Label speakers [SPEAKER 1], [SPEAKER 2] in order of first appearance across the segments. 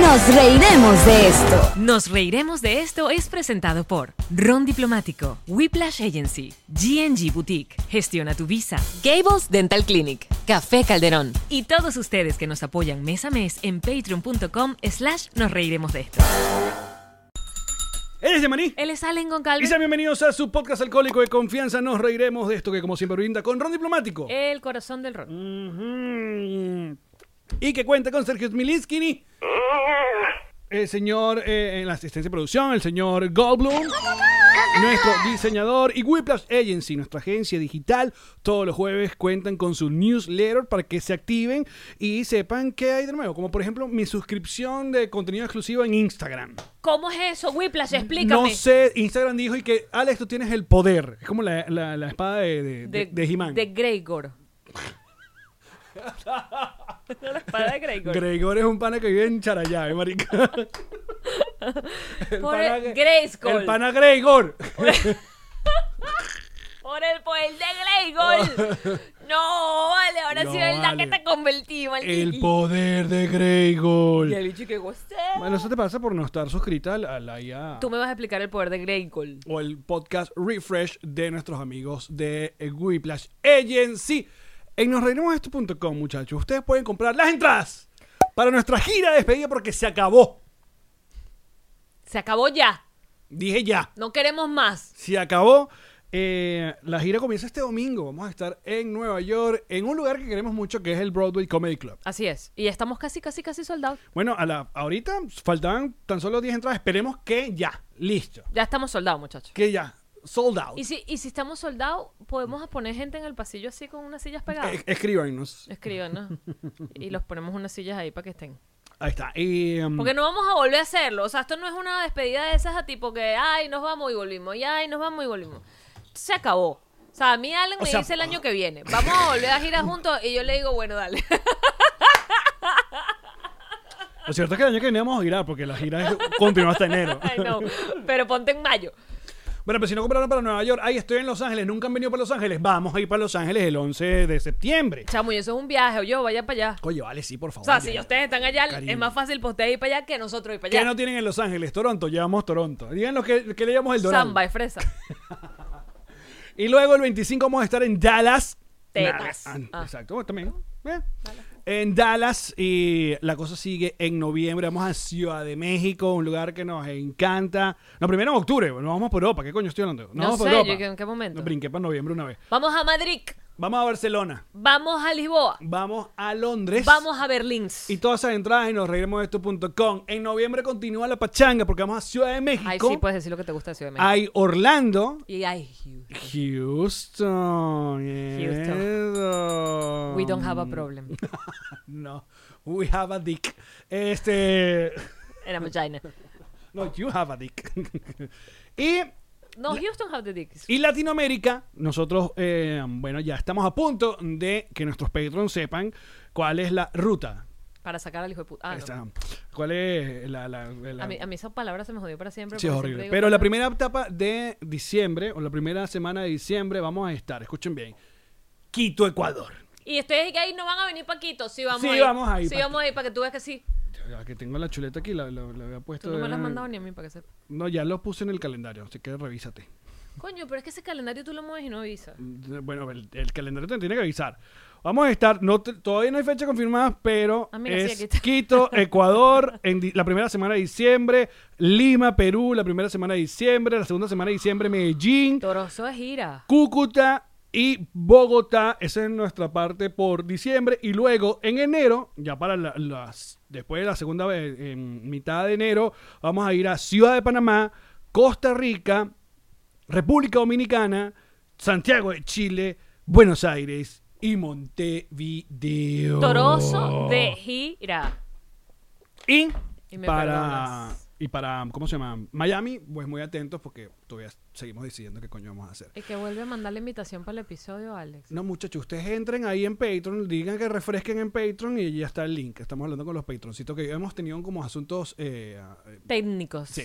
[SPEAKER 1] Nos reiremos de esto.
[SPEAKER 2] Nos reiremos de esto es presentado por Ron Diplomático, Whiplash Agency, GNG Boutique, Gestiona tu Visa,
[SPEAKER 1] Gables Dental Clinic, Café Calderón.
[SPEAKER 2] y todos ustedes que nos apoyan mes a mes en patreon.com slash nos reiremos de esto.
[SPEAKER 3] Eres de maní.
[SPEAKER 2] Él es Allen
[SPEAKER 3] Y
[SPEAKER 2] Goncalves,
[SPEAKER 3] sean bienvenidos a su podcast alcohólico de confianza. Nos reiremos de esto que, como siempre, brinda con Ron Diplomático.
[SPEAKER 2] el corazón del rock.
[SPEAKER 3] Ujú. Y que cuenta con Sergio Milinskini. El señor eh, en la asistencia de producción, el señor Goldblum. Nuestro diseñador y Whiplash Agency, nuestra agencia digital, todos los jueves cuentan con su newsletter para que se activen y sepan qué hay de nuevo. Como por ejemplo mi suscripción de contenido exclusivo en Instagram.
[SPEAKER 2] ¿Cómo es eso, Whiplash? Explícame.
[SPEAKER 3] No sé, Instagram dijo y que, Alex, tú tienes el poder. Es como la, la- la espada de, de, de, de He-Man.
[SPEAKER 2] De Gregor. No, la espada de Gregor.
[SPEAKER 3] Gregor es un pana que vive en Charayave, marica. El
[SPEAKER 2] Por
[SPEAKER 3] pana
[SPEAKER 2] el
[SPEAKER 3] que-
[SPEAKER 2] Grayskull.
[SPEAKER 3] El pana Gregor.
[SPEAKER 2] Por el poder de Gregor. No, vale, ahora
[SPEAKER 3] No,
[SPEAKER 2] sí es verdad
[SPEAKER 3] vale.
[SPEAKER 2] que te convertí,
[SPEAKER 3] El
[SPEAKER 2] maldito.
[SPEAKER 3] poder de Gregor.
[SPEAKER 2] Y el bicho que "What's up?"
[SPEAKER 3] Bueno, eso te pasa por no estar suscrita a la, a la IA.
[SPEAKER 2] Tú me vas a explicar el poder de Grayskull.
[SPEAKER 3] o el podcast Refresh de nuestros amigos de eh, Whiplash Agency. En nosreiremosesto.com, muchachos, ustedes pueden comprar las entradas para nuestra gira de despedida porque se acabó.
[SPEAKER 2] Se acabó ya.
[SPEAKER 3] Dije ya.
[SPEAKER 2] No queremos más.
[SPEAKER 3] Se acabó. Eh, la gira comienza este domingo. Vamos a estar en Nueva York, en un lugar que queremos mucho, que es el Broadway Comedy Club.
[SPEAKER 2] Así es. Y ya estamos casi, casi, casi soldados.
[SPEAKER 3] Bueno, a la, ahorita faltaban tan solo 10 entradas. Esperemos que ya. Listo.
[SPEAKER 2] Ya estamos soldados, muchachos.
[SPEAKER 3] Que ya. Sold out.
[SPEAKER 2] Y si, y si estamos soldados, podemos poner gente en el pasillo así con unas sillas pegadas.
[SPEAKER 3] Eh, escríbanos.
[SPEAKER 2] Escríbanos. y los ponemos unas sillas ahí para que estén.
[SPEAKER 3] Ahí está. Y, em,
[SPEAKER 2] Porque no vamos a volver a hacerlo. O sea, esto no es una despedida de esas a tipo que, ay, nos vamos y volvimos, y ay, nos vamos y volvimos. Se acabó. O sea, a mí Allen
[SPEAKER 3] O
[SPEAKER 2] me
[SPEAKER 3] sea, ah.
[SPEAKER 2] dice el año que viene, vamos a volver a girar juntos y yo le digo, bueno, dale.
[SPEAKER 3] Lo cierto es que el año que viene vamos a girar porque la gira es- continúa hasta enero.
[SPEAKER 2] Ay, no. Pero ponte en mayo.
[SPEAKER 3] Bueno, pero si no compraron para Nueva York, ahí estoy en Los Ángeles, nunca han venido para Los Ángeles, vamos a ir para Los Ángeles el 11 de septiembre.
[SPEAKER 2] Chamo, y eso es un viaje, o yo, vaya para allá.
[SPEAKER 3] Oye, vale, sí, por
[SPEAKER 2] O
[SPEAKER 3] favor.
[SPEAKER 2] sea,
[SPEAKER 3] ya.
[SPEAKER 2] si ustedes están allá,
[SPEAKER 3] Cariño.
[SPEAKER 2] es más fácil para ustedes ir para allá que nosotros ir para
[SPEAKER 3] ¿Qué
[SPEAKER 2] allá.
[SPEAKER 3] no tienen en Los Ángeles? Toronto, llevamos Toronto. Digan lo que, que le llamamos el Dorado.
[SPEAKER 2] Samba y fresa.
[SPEAKER 3] Y luego el 25 vamos a estar en Dallas.
[SPEAKER 2] Tetas.
[SPEAKER 3] Nah, ah,
[SPEAKER 2] Ah.
[SPEAKER 3] Exacto, también. Eh. En Dallas y la cosa sigue en noviembre. Vamos a Ciudad de México, un lugar que nos encanta. No, primero en octubre, nos vamos por Europa. ¿Qué coño estoy hablando? Nos
[SPEAKER 2] No
[SPEAKER 3] vamos por
[SPEAKER 2] sé,
[SPEAKER 3] Europa.
[SPEAKER 2] yo que en qué momento.
[SPEAKER 3] No, brinqué para noviembre una vez.
[SPEAKER 2] Vamos a Madrid,
[SPEAKER 3] Vamos a Barcelona.
[SPEAKER 2] vamos a Lisboa,
[SPEAKER 3] Vamos a Londres.
[SPEAKER 2] vamos a Berlín.
[SPEAKER 3] Y todas esas entradas en nosreiremosdeesto.com. En noviembre continúa la pachanga porque vamos a Ciudad de México.
[SPEAKER 2] Ay, sí, pues, puedes decir lo que te gusta de Ciudad de México.
[SPEAKER 3] Hay Orlando.
[SPEAKER 2] Y ay, Hugh,
[SPEAKER 3] Houston. Houston.
[SPEAKER 2] we don't have a problem.
[SPEAKER 3] No. We have a dick. Este.
[SPEAKER 2] Era vagina.
[SPEAKER 3] No, you have a dick. y,
[SPEAKER 2] No, Houston have the dicks.
[SPEAKER 3] y Latinoamérica, nosotros, eh, bueno, ya estamos a punto de que nuestros patrons sepan cuál es la ruta.
[SPEAKER 2] Para sacar al hijo de puta. Ah, no.
[SPEAKER 3] Esta- ¿Cuál es la. la- la-
[SPEAKER 2] A, mí, a mí esa palabra se me jodió para siempre.
[SPEAKER 3] Sí, es
[SPEAKER 2] porque siempre
[SPEAKER 3] horrible.
[SPEAKER 2] digo
[SPEAKER 3] Pero la
[SPEAKER 2] palabras-
[SPEAKER 3] primera etapa de diciembre, o la primera semana de diciembre, vamos a estar, escuchen bien, Quito, Ecuador.
[SPEAKER 2] Y ustedes que ahí no van a venir Paquito. Sí, vamos
[SPEAKER 3] Sí,
[SPEAKER 2] a ir.
[SPEAKER 3] vamos a ir,
[SPEAKER 2] Sí,
[SPEAKER 3] Paquito.
[SPEAKER 2] vamos a ir para que tú veas que sí.
[SPEAKER 3] Ya que tengo la chuleta aquí, la, la- la había puesto.
[SPEAKER 2] Tú no me lo has
[SPEAKER 3] eh,
[SPEAKER 2] mandado ni a mí para que sepa.
[SPEAKER 3] No, ya lo puse en el calendario, así que revísate.
[SPEAKER 2] Coño, pero es que ese calendario tú lo mueves y no avisa.
[SPEAKER 3] Bueno, el, el calendario te tiene que avisar. Vamos a estar, no te- todavía no hay fecha confirmada, pero
[SPEAKER 2] Ah, mira, sí,
[SPEAKER 3] es
[SPEAKER 2] aquí está.
[SPEAKER 3] Quito, Ecuador, en di- la primera semana de diciembre, Lima, Perú, la primera semana de diciembre, la segunda semana de diciembre, Medellín,
[SPEAKER 2] Torozo es gira.
[SPEAKER 3] Cúcuta y Bogotá. Esa es nuestra parte por diciembre. Y luego en enero, ya para la- las, después de la segunda vez, en mitad de enero, vamos a ir a Ciudad de Panamá, Costa Rica, República Dominicana, Santiago de Chile, Buenos Aires y Montevideo.
[SPEAKER 2] Torozo de gira.
[SPEAKER 3] Y,
[SPEAKER 2] Y me
[SPEAKER 3] para.
[SPEAKER 2] perdonas.
[SPEAKER 3] Y para, ¿cómo se llama? Miami, pues muy atentos porque todavía seguimos decidiendo qué coño vamos a hacer.
[SPEAKER 2] Y que vuelve a mandar la invitación para el episodio, Alex.
[SPEAKER 3] No, muchachos, ustedes entren ahí en Patreon, digan que refresquen en Patreon y ya está el link. Estamos hablando con los patroncitos que hemos tenido como asuntos. eh, eh,
[SPEAKER 2] Técnicos.
[SPEAKER 3] sí.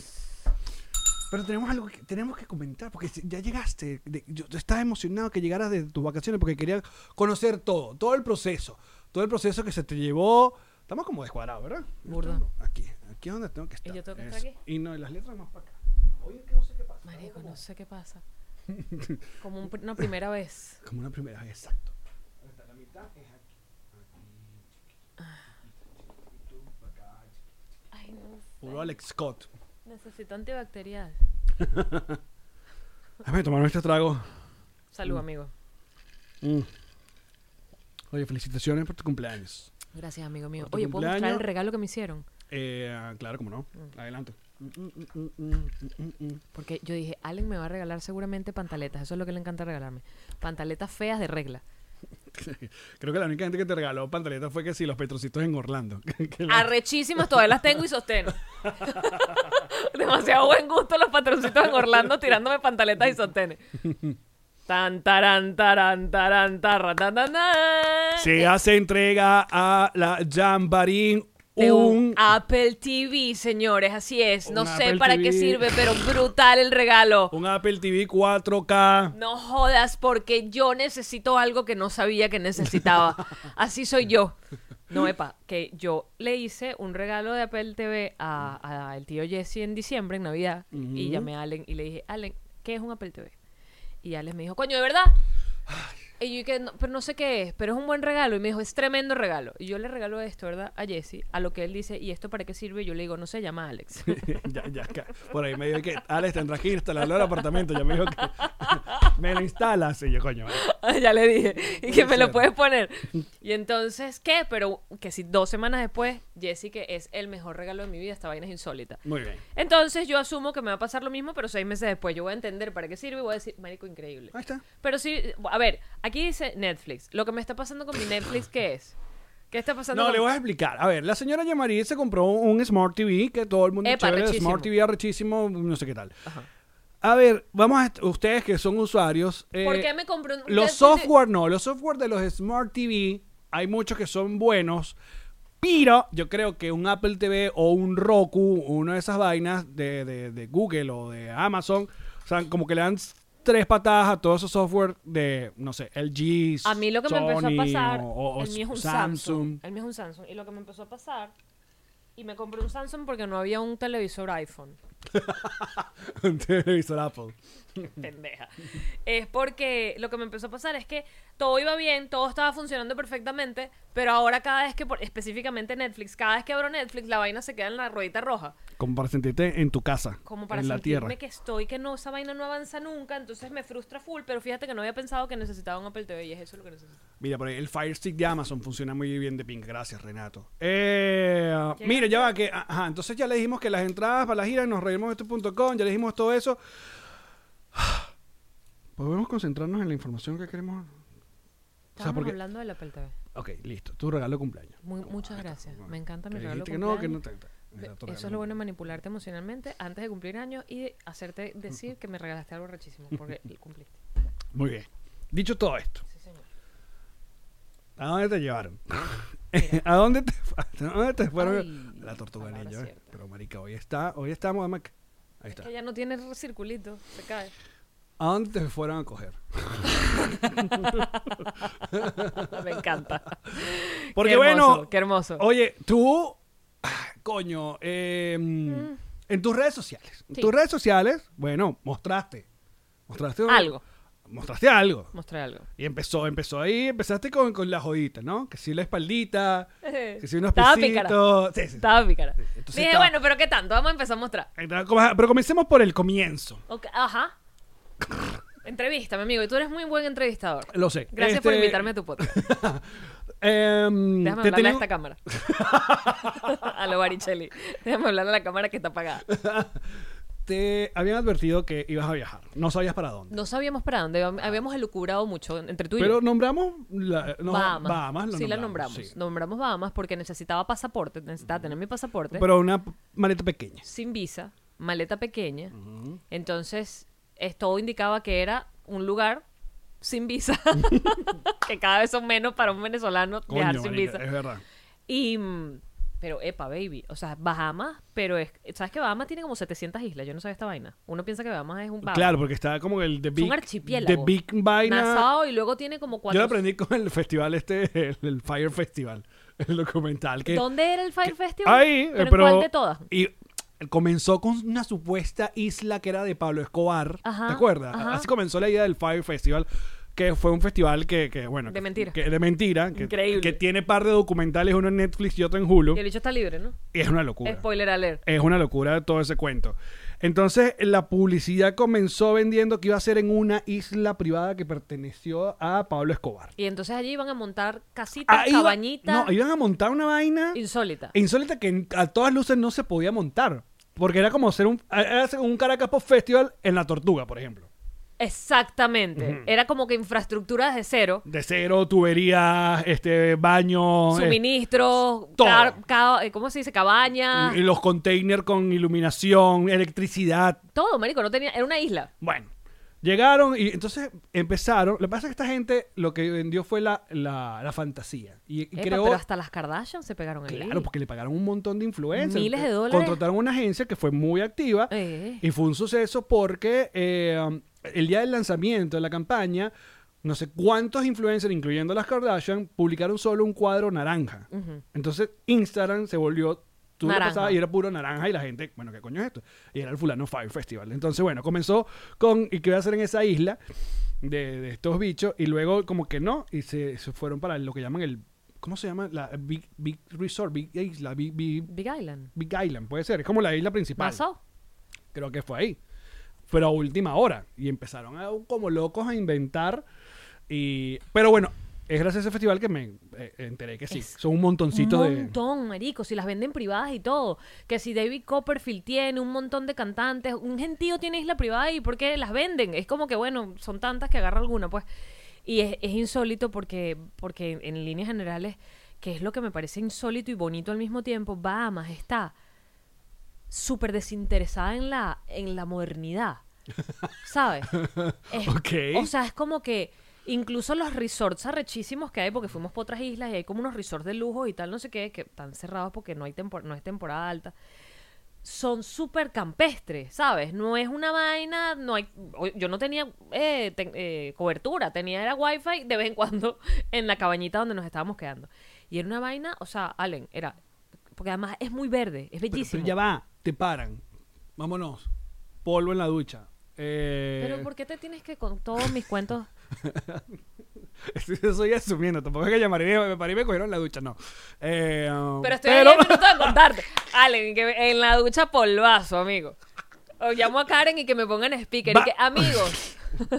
[SPEAKER 3] Pero tenemos algo que tenemos que comentar, porque si- ya llegaste. de- yo estaba emocionado que llegaras de tus vacaciones porque quería conocer todo, todo el proceso, todo el proceso que se te llevó. Estamos como descuadrados, ¿verdad?
[SPEAKER 2] Burda.
[SPEAKER 3] Aquí, aquí es donde tengo que estar.
[SPEAKER 2] yo tengo que
[SPEAKER 3] Eso.
[SPEAKER 2] estar aquí?
[SPEAKER 3] Y no, y las letras más para acá. Oye, que no sé qué pasa.
[SPEAKER 2] Marico, no sé qué pasa. Como un pr- una primera vez.
[SPEAKER 3] Como una primera vez, exacto. Ahí está, La mitad es aquí.
[SPEAKER 2] Ay, no.
[SPEAKER 3] Puro Alex Scott.
[SPEAKER 2] Necesito antibacterial.
[SPEAKER 3] Déjame tomar este trago.
[SPEAKER 2] Salud, amigo.
[SPEAKER 3] Mm. Oye, felicitaciones por tu cumpleaños.
[SPEAKER 2] Gracias, amigo mío.
[SPEAKER 3] Por tu
[SPEAKER 2] Oye, ¿puedo mostrar el
[SPEAKER 3] cumpleaños.
[SPEAKER 2] regalo que me hicieron?
[SPEAKER 3] Eh, claro, como no.
[SPEAKER 2] Mm.
[SPEAKER 3] Adelante.
[SPEAKER 2] Porque yo dije, Alex me va a regalar seguramente pantaletas. Eso es lo que le encanta regalarme. Pantaletas feas de regla.
[SPEAKER 3] Creo que la única gente que te regaló pantaletas fue que sí, los petrocitos en Orlando. Que la-
[SPEAKER 2] Arrechísimas, todavía las tengo y sosteno. Demasiado buen gusto los patroncitos en Orlando tirándome pantaletas y sostenes. Tan, taran, taran, taran, tarra, tan, tan, tan. Eh,
[SPEAKER 3] Se hace entrega a la Jambarín
[SPEAKER 2] De un
[SPEAKER 3] un...
[SPEAKER 2] Apple TV, señores, así es. No
[SPEAKER 3] Un
[SPEAKER 2] sé
[SPEAKER 3] Apple
[SPEAKER 2] para
[SPEAKER 3] TV.
[SPEAKER 2] qué sirve, pero brutal el regalo.
[SPEAKER 3] un Apple TV 4K.
[SPEAKER 2] No jodas, porque yo necesito algo que no sabía que necesitaba. Así soy yo. No, epa, que yo le hice un regalo de Apple TV a, a el tío Jesse en diciembre, en Navidad, y llamé a Allen y le dije, Allen, ¿qué es un Apple TV? Y Allen me dijo, coño, ¿de verdad? Y yo que, pero no sé qué es, pero es un buen regalo. Y me dijo, es tremendo regalo. Y yo le regalo esto, ¿verdad? A Jesse, a lo que él dice, ¿y esto para qué sirve? Y yo le digo, no sé, llama a Alex.
[SPEAKER 3] ya, ya, ca- por ahí me dijo que Alex tendrás que instalarlo al apartamento. Ya me dijo que me lo instalas. Y yo, coño, vale.
[SPEAKER 2] ya le dije. Y que me
[SPEAKER 3] ser.
[SPEAKER 2] lo puedes poner. Y entonces, ¿qué? Pero que si dos semanas después, Jessy, que es el mejor regalo de mi vida, esta vaina es insólita.
[SPEAKER 3] Muy bien.
[SPEAKER 2] Entonces yo asumo que me va a pasar lo mismo, pero seis meses después yo voy a entender para qué sirve y voy a decir, marico, increíble.
[SPEAKER 3] Ahí está.
[SPEAKER 2] Pero sí, a ver, aquí dice Netflix. Lo que me está pasando con mi Netflix, ¿qué es? ¿Qué está pasando?
[SPEAKER 3] No,
[SPEAKER 2] con-
[SPEAKER 3] le voy a explicar. A ver, la señora Yamari se compró un Smart TV que todo el mundo
[SPEAKER 2] Epa,
[SPEAKER 3] chévere,
[SPEAKER 2] arrechísimo.
[SPEAKER 3] Smart TV arrechísimo, no sé qué tal.
[SPEAKER 2] Ajá.
[SPEAKER 3] A ver, vamos a est- ustedes que son usuarios. eh,
[SPEAKER 2] ¿Por qué me compré un-
[SPEAKER 3] Los
[SPEAKER 2] un-
[SPEAKER 3] software no, los software de los Smart TV hay muchos que son buenos, pero yo creo que un Apple TV o un Roku, una de esas vainas de, de- de Google o de Amazon, o sea, como que le dan s- tres patadas a todos esos software de, no sé, LG,
[SPEAKER 2] A mí lo que me empezó
[SPEAKER 3] Sony
[SPEAKER 2] a pasar,
[SPEAKER 3] o- o
[SPEAKER 2] el mío es un Samsung.
[SPEAKER 3] Samsung.
[SPEAKER 2] El mío es un Samsung. Y lo que me empezó a pasar, y me compré un Samsung porque no había un televisor iPhone.
[SPEAKER 3] un televisor Apple.
[SPEAKER 2] pendeja. Es porque lo que me empezó a pasar es que todo iba bien, todo estaba funcionando perfectamente, pero ahora cada vez que, por- específicamente Netflix, cada vez que abro Netflix, la vaina se queda en la ruedita roja.
[SPEAKER 3] Como para sentirte en tu casa.
[SPEAKER 2] Como para
[SPEAKER 3] en la
[SPEAKER 2] sentirme
[SPEAKER 3] tierra.
[SPEAKER 2] que estoy, que no, esa vaina no avanza nunca, entonces me frustra full, pero fíjate que no había pensado que necesitaba un Apple TV y es eso lo que necesito.
[SPEAKER 3] Mira, por ahí, el Fire Stick de Amazon funciona muy bien de ping. Gracias, Renato. Eh, mira, ya va que. Ajá, entonces ya le dijimos que las entradas para la gira nos reiremos de esto.com, ya le dijimos todo eso. Podemos concentrarnos en la información que queremos. O sea,
[SPEAKER 2] Estábamos
[SPEAKER 3] porque-
[SPEAKER 2] hablando del Apple TV.
[SPEAKER 3] Ok, listo. Tu regalo de cumpleaños.
[SPEAKER 2] Muy- muchas gracias. Me encanta mi
[SPEAKER 3] Que
[SPEAKER 2] regalo.
[SPEAKER 3] dijiste
[SPEAKER 2] de
[SPEAKER 3] que no, que no
[SPEAKER 2] cumpleaños.
[SPEAKER 3] te- te-
[SPEAKER 2] Ve-
[SPEAKER 3] era tu
[SPEAKER 2] Eso es
[SPEAKER 3] regalo.
[SPEAKER 2] lo bueno de manipularte emocionalmente antes de cumplir años y de hacerte decir que me regalaste algo rechísimo, porque cumpliste.
[SPEAKER 3] Muy bien. Dicho todo esto,
[SPEAKER 2] Sí, señor.
[SPEAKER 3] ¿a dónde te llevaron? ¿A dónde te, a dónde te fueron?
[SPEAKER 2] Ay,
[SPEAKER 3] A la tortuga
[SPEAKER 2] palabra
[SPEAKER 3] ninja. eh.
[SPEAKER 2] cierta.
[SPEAKER 3] Pero, marica, hoy está, hoy estamos, además. que- Ahí está.
[SPEAKER 2] Que ya no tiene r- circulito, se cae.
[SPEAKER 3] ¿A dónde te fueron a coger?
[SPEAKER 2] Me encanta.
[SPEAKER 3] Porque
[SPEAKER 2] Qué hermoso,
[SPEAKER 3] bueno,
[SPEAKER 2] Qué hermoso.
[SPEAKER 3] oye, tú, ah, coño, eh, en tus redes sociales, en
[SPEAKER 2] Mm. Sí.
[SPEAKER 3] tus redes sociales, bueno, mostraste, Mostraste
[SPEAKER 2] Algo.
[SPEAKER 3] Mostraste algo.
[SPEAKER 2] Mostré algo.
[SPEAKER 3] Y empezó, empezó ahí, empezaste con, con la jodita, ¿no? Que si la espaldita, que si unos
[SPEAKER 2] Estaba
[SPEAKER 3] pisitos. Sí, sí, sí.
[SPEAKER 2] Estaba pícara.
[SPEAKER 3] entonces
[SPEAKER 2] Dije,
[SPEAKER 3] estaba-
[SPEAKER 2] bueno, pero ¿qué tanto? Vamos a empezar a mostrar.
[SPEAKER 3] Ahí está, como- Pero comencemos por el comienzo.
[SPEAKER 2] Ok, Ajá. Entrevista, mi amigo. Y tú eres muy buen entrevistador.
[SPEAKER 3] Lo sé.
[SPEAKER 2] Gracias por
[SPEAKER 3] Este,
[SPEAKER 2] invitarme a tu podcast. Déjame
[SPEAKER 3] em, te
[SPEAKER 2] hablarle
[SPEAKER 3] tenía-
[SPEAKER 2] a esta cámara. a lo Baricelli. Déjame hablarle a la cámara que está apagada.
[SPEAKER 3] Te habían advertido que ibas a viajar. No sabías para dónde.
[SPEAKER 2] No sabíamos para dónde. Habíamos elucubrado mucho entre tú y yo.
[SPEAKER 3] Pero nombramos la, no,
[SPEAKER 2] Bahamas.
[SPEAKER 3] Bahamas lo
[SPEAKER 2] sí, la nombramos.
[SPEAKER 3] sí.
[SPEAKER 2] Nombramos Bahamas porque necesitaba pasaporte. Necesitaba tener mi pasaporte.
[SPEAKER 3] Pero una maleta pequeña.
[SPEAKER 2] sin visa, maleta pequeña. Entonces, es- todo indicaba que era un lugar sin visa. que cada vez son menos para un venezolano
[SPEAKER 3] Coño,
[SPEAKER 2] viajar sin
[SPEAKER 3] marica, eh.
[SPEAKER 2] visa.
[SPEAKER 3] Es verdad.
[SPEAKER 2] Y. mm, Pero, epa, baby. O sea, Bahamas, pero es. ¿Sabes que Bahamas tiene como 700 islas? Yo no sabía esta vaina. Uno piensa que Bahamas es un pavo.
[SPEAKER 3] Claro, porque está como el de
[SPEAKER 2] Es
[SPEAKER 3] Big.
[SPEAKER 2] un archipiélago.
[SPEAKER 3] The Big Vaina.
[SPEAKER 2] Nassau y luego tiene como
[SPEAKER 3] Yo
[SPEAKER 2] cuatro.
[SPEAKER 3] lo aprendí con el festival este, el, el Fire Festival, el documental que...
[SPEAKER 2] ¿Dónde era el Fire Festival?
[SPEAKER 3] Ahí, eh,
[SPEAKER 2] ¿Pero
[SPEAKER 3] pero...
[SPEAKER 2] ¿Cuál de todas?
[SPEAKER 3] Y comenzó con una supuesta isla que era de Pablo Escobar,
[SPEAKER 2] Ajá,
[SPEAKER 3] ¿te acuerdas?
[SPEAKER 2] ajá.
[SPEAKER 3] Así comenzó la idea del Fire Festival, que fue un festival que, que, bueno...
[SPEAKER 2] De
[SPEAKER 3] que-
[SPEAKER 2] mentira.
[SPEAKER 3] Que, de mentira. Que,
[SPEAKER 2] Increíble.
[SPEAKER 3] Que tiene par de documentales, uno en Netflix y otro en Hulu.
[SPEAKER 2] Y el bicho está libre, ¿no?
[SPEAKER 3] Y es una locura.
[SPEAKER 2] Spoiler alert.
[SPEAKER 3] Es una locura todo ese cuento. Entonces, la publicidad comenzó vendiendo que iba a ser en una isla privada que perteneció a Pablo Escobar.
[SPEAKER 2] Y entonces allí iban a montar casitas,
[SPEAKER 3] Ahí Ah, iba-
[SPEAKER 2] cabañitas.
[SPEAKER 3] no, iban a montar una vaina
[SPEAKER 2] Insólita.
[SPEAKER 3] insólita que en- a todas luces no se podía montar. Porque era como hacer un, era hacer un Caracas Pop Festival en La Tortuga, por ejemplo.
[SPEAKER 2] Exactamente. Era como que infraestructura desde cero.
[SPEAKER 3] De cero, tuberías, este, baño. eh,
[SPEAKER 2] Suministros,
[SPEAKER 3] todo.
[SPEAKER 2] car- ca- eh, ¿cómo se dice? Cabañas.
[SPEAKER 3] y los containers con iluminación, electricidad,
[SPEAKER 2] Todo, marico. No tenía, era una isla.
[SPEAKER 3] Bueno, llegaron y entonces empezaron. Lo que pasa es que esta gente lo que vendió fue la, la, la fantasía. Y, y
[SPEAKER 2] Epa,
[SPEAKER 3] creó.
[SPEAKER 2] pero hasta las Kardashian se pegaron ahí.
[SPEAKER 3] Claro, porque le pagaron un montón de influencers.
[SPEAKER 2] Miles de
[SPEAKER 3] Eh,
[SPEAKER 2] dólares.
[SPEAKER 3] Contrataron una agencia que fue muy activa
[SPEAKER 2] Eh.
[SPEAKER 3] y fue un suceso porque eh, um, el día del lanzamiento de la campaña, no sé cuántos influencers, incluyendo las Kardashian, publicaron solo un cuadro naranja. Entonces Instagram se volvió... Tú lo
[SPEAKER 2] Naranja.
[SPEAKER 3] pasabas y era puro naranja y la gente, bueno, ¿qué coño es esto? Y era el fulano Fire Festival. Entonces, bueno, comenzó con, ¿y qué voy a hacer en esa isla de, de estos bichos? Y luego como que no, y se, se fueron para lo que llaman el, ¿cómo se llama? La Big, Big Resort, Big Isla, Big, Big,
[SPEAKER 2] Big Island.
[SPEAKER 3] Big Island, puede ser. Es como la isla principal.
[SPEAKER 2] ¿Pasó?
[SPEAKER 3] Creo que fue ahí. Pero a última hora. Y empezaron a- como locos a inventar. Y, pero bueno, es gracias a ese festival que me eh, enteré que sí.
[SPEAKER 2] Es
[SPEAKER 3] son un montoncito
[SPEAKER 2] un
[SPEAKER 3] de...
[SPEAKER 2] montón, marico. Si las venden privadas y todo. Que si David Copperfield tiene un montón de cantantes, un gentío tiene isla privada y ¿por qué las venden? Es como que, bueno, son tantas que agarra alguna, pues. Y es, es insólito porque, porque en, en líneas generales, que es lo que me parece insólito y bonito al mismo tiempo, Bahamas está súper desinteresada en la, en la modernidad. ¿Sabes? Es-
[SPEAKER 3] Ok.
[SPEAKER 2] O sea, es como que incluso los resorts arrechísimos que hay, porque fuimos por otras islas y hay como unos resorts de lujo y tal, no sé qué, que están cerrados porque no, hay tempor- no es temporada alta. Son súper campestres, ¿sabes? No es una vaina, no hay... o- Yo no tenía eh, te- eh, cobertura, tenía era wifi de vez en cuando en la cabañita donde nos estábamos quedando. Y era una vaina, o sea, Allen, era... Porque además es muy verde, es
[SPEAKER 3] Pero-
[SPEAKER 2] bellísimo.
[SPEAKER 3] pero ya va, te paran. Vámonos. Polvo en la ducha. Eh,
[SPEAKER 2] Pero ¿por qué te tienes que con todos mis cuentos?
[SPEAKER 3] Estoy asumiendo. Tampoco es que llamaría, me paré y me cogieron la ducha, no. Eh, um,
[SPEAKER 2] Pero estoy a 10 minutos de contarte. Allen, que en la ducha polvazo, amigo. O llamo a Karen y que me pongan speaker.
[SPEAKER 3] Va-
[SPEAKER 2] Y que, amigos.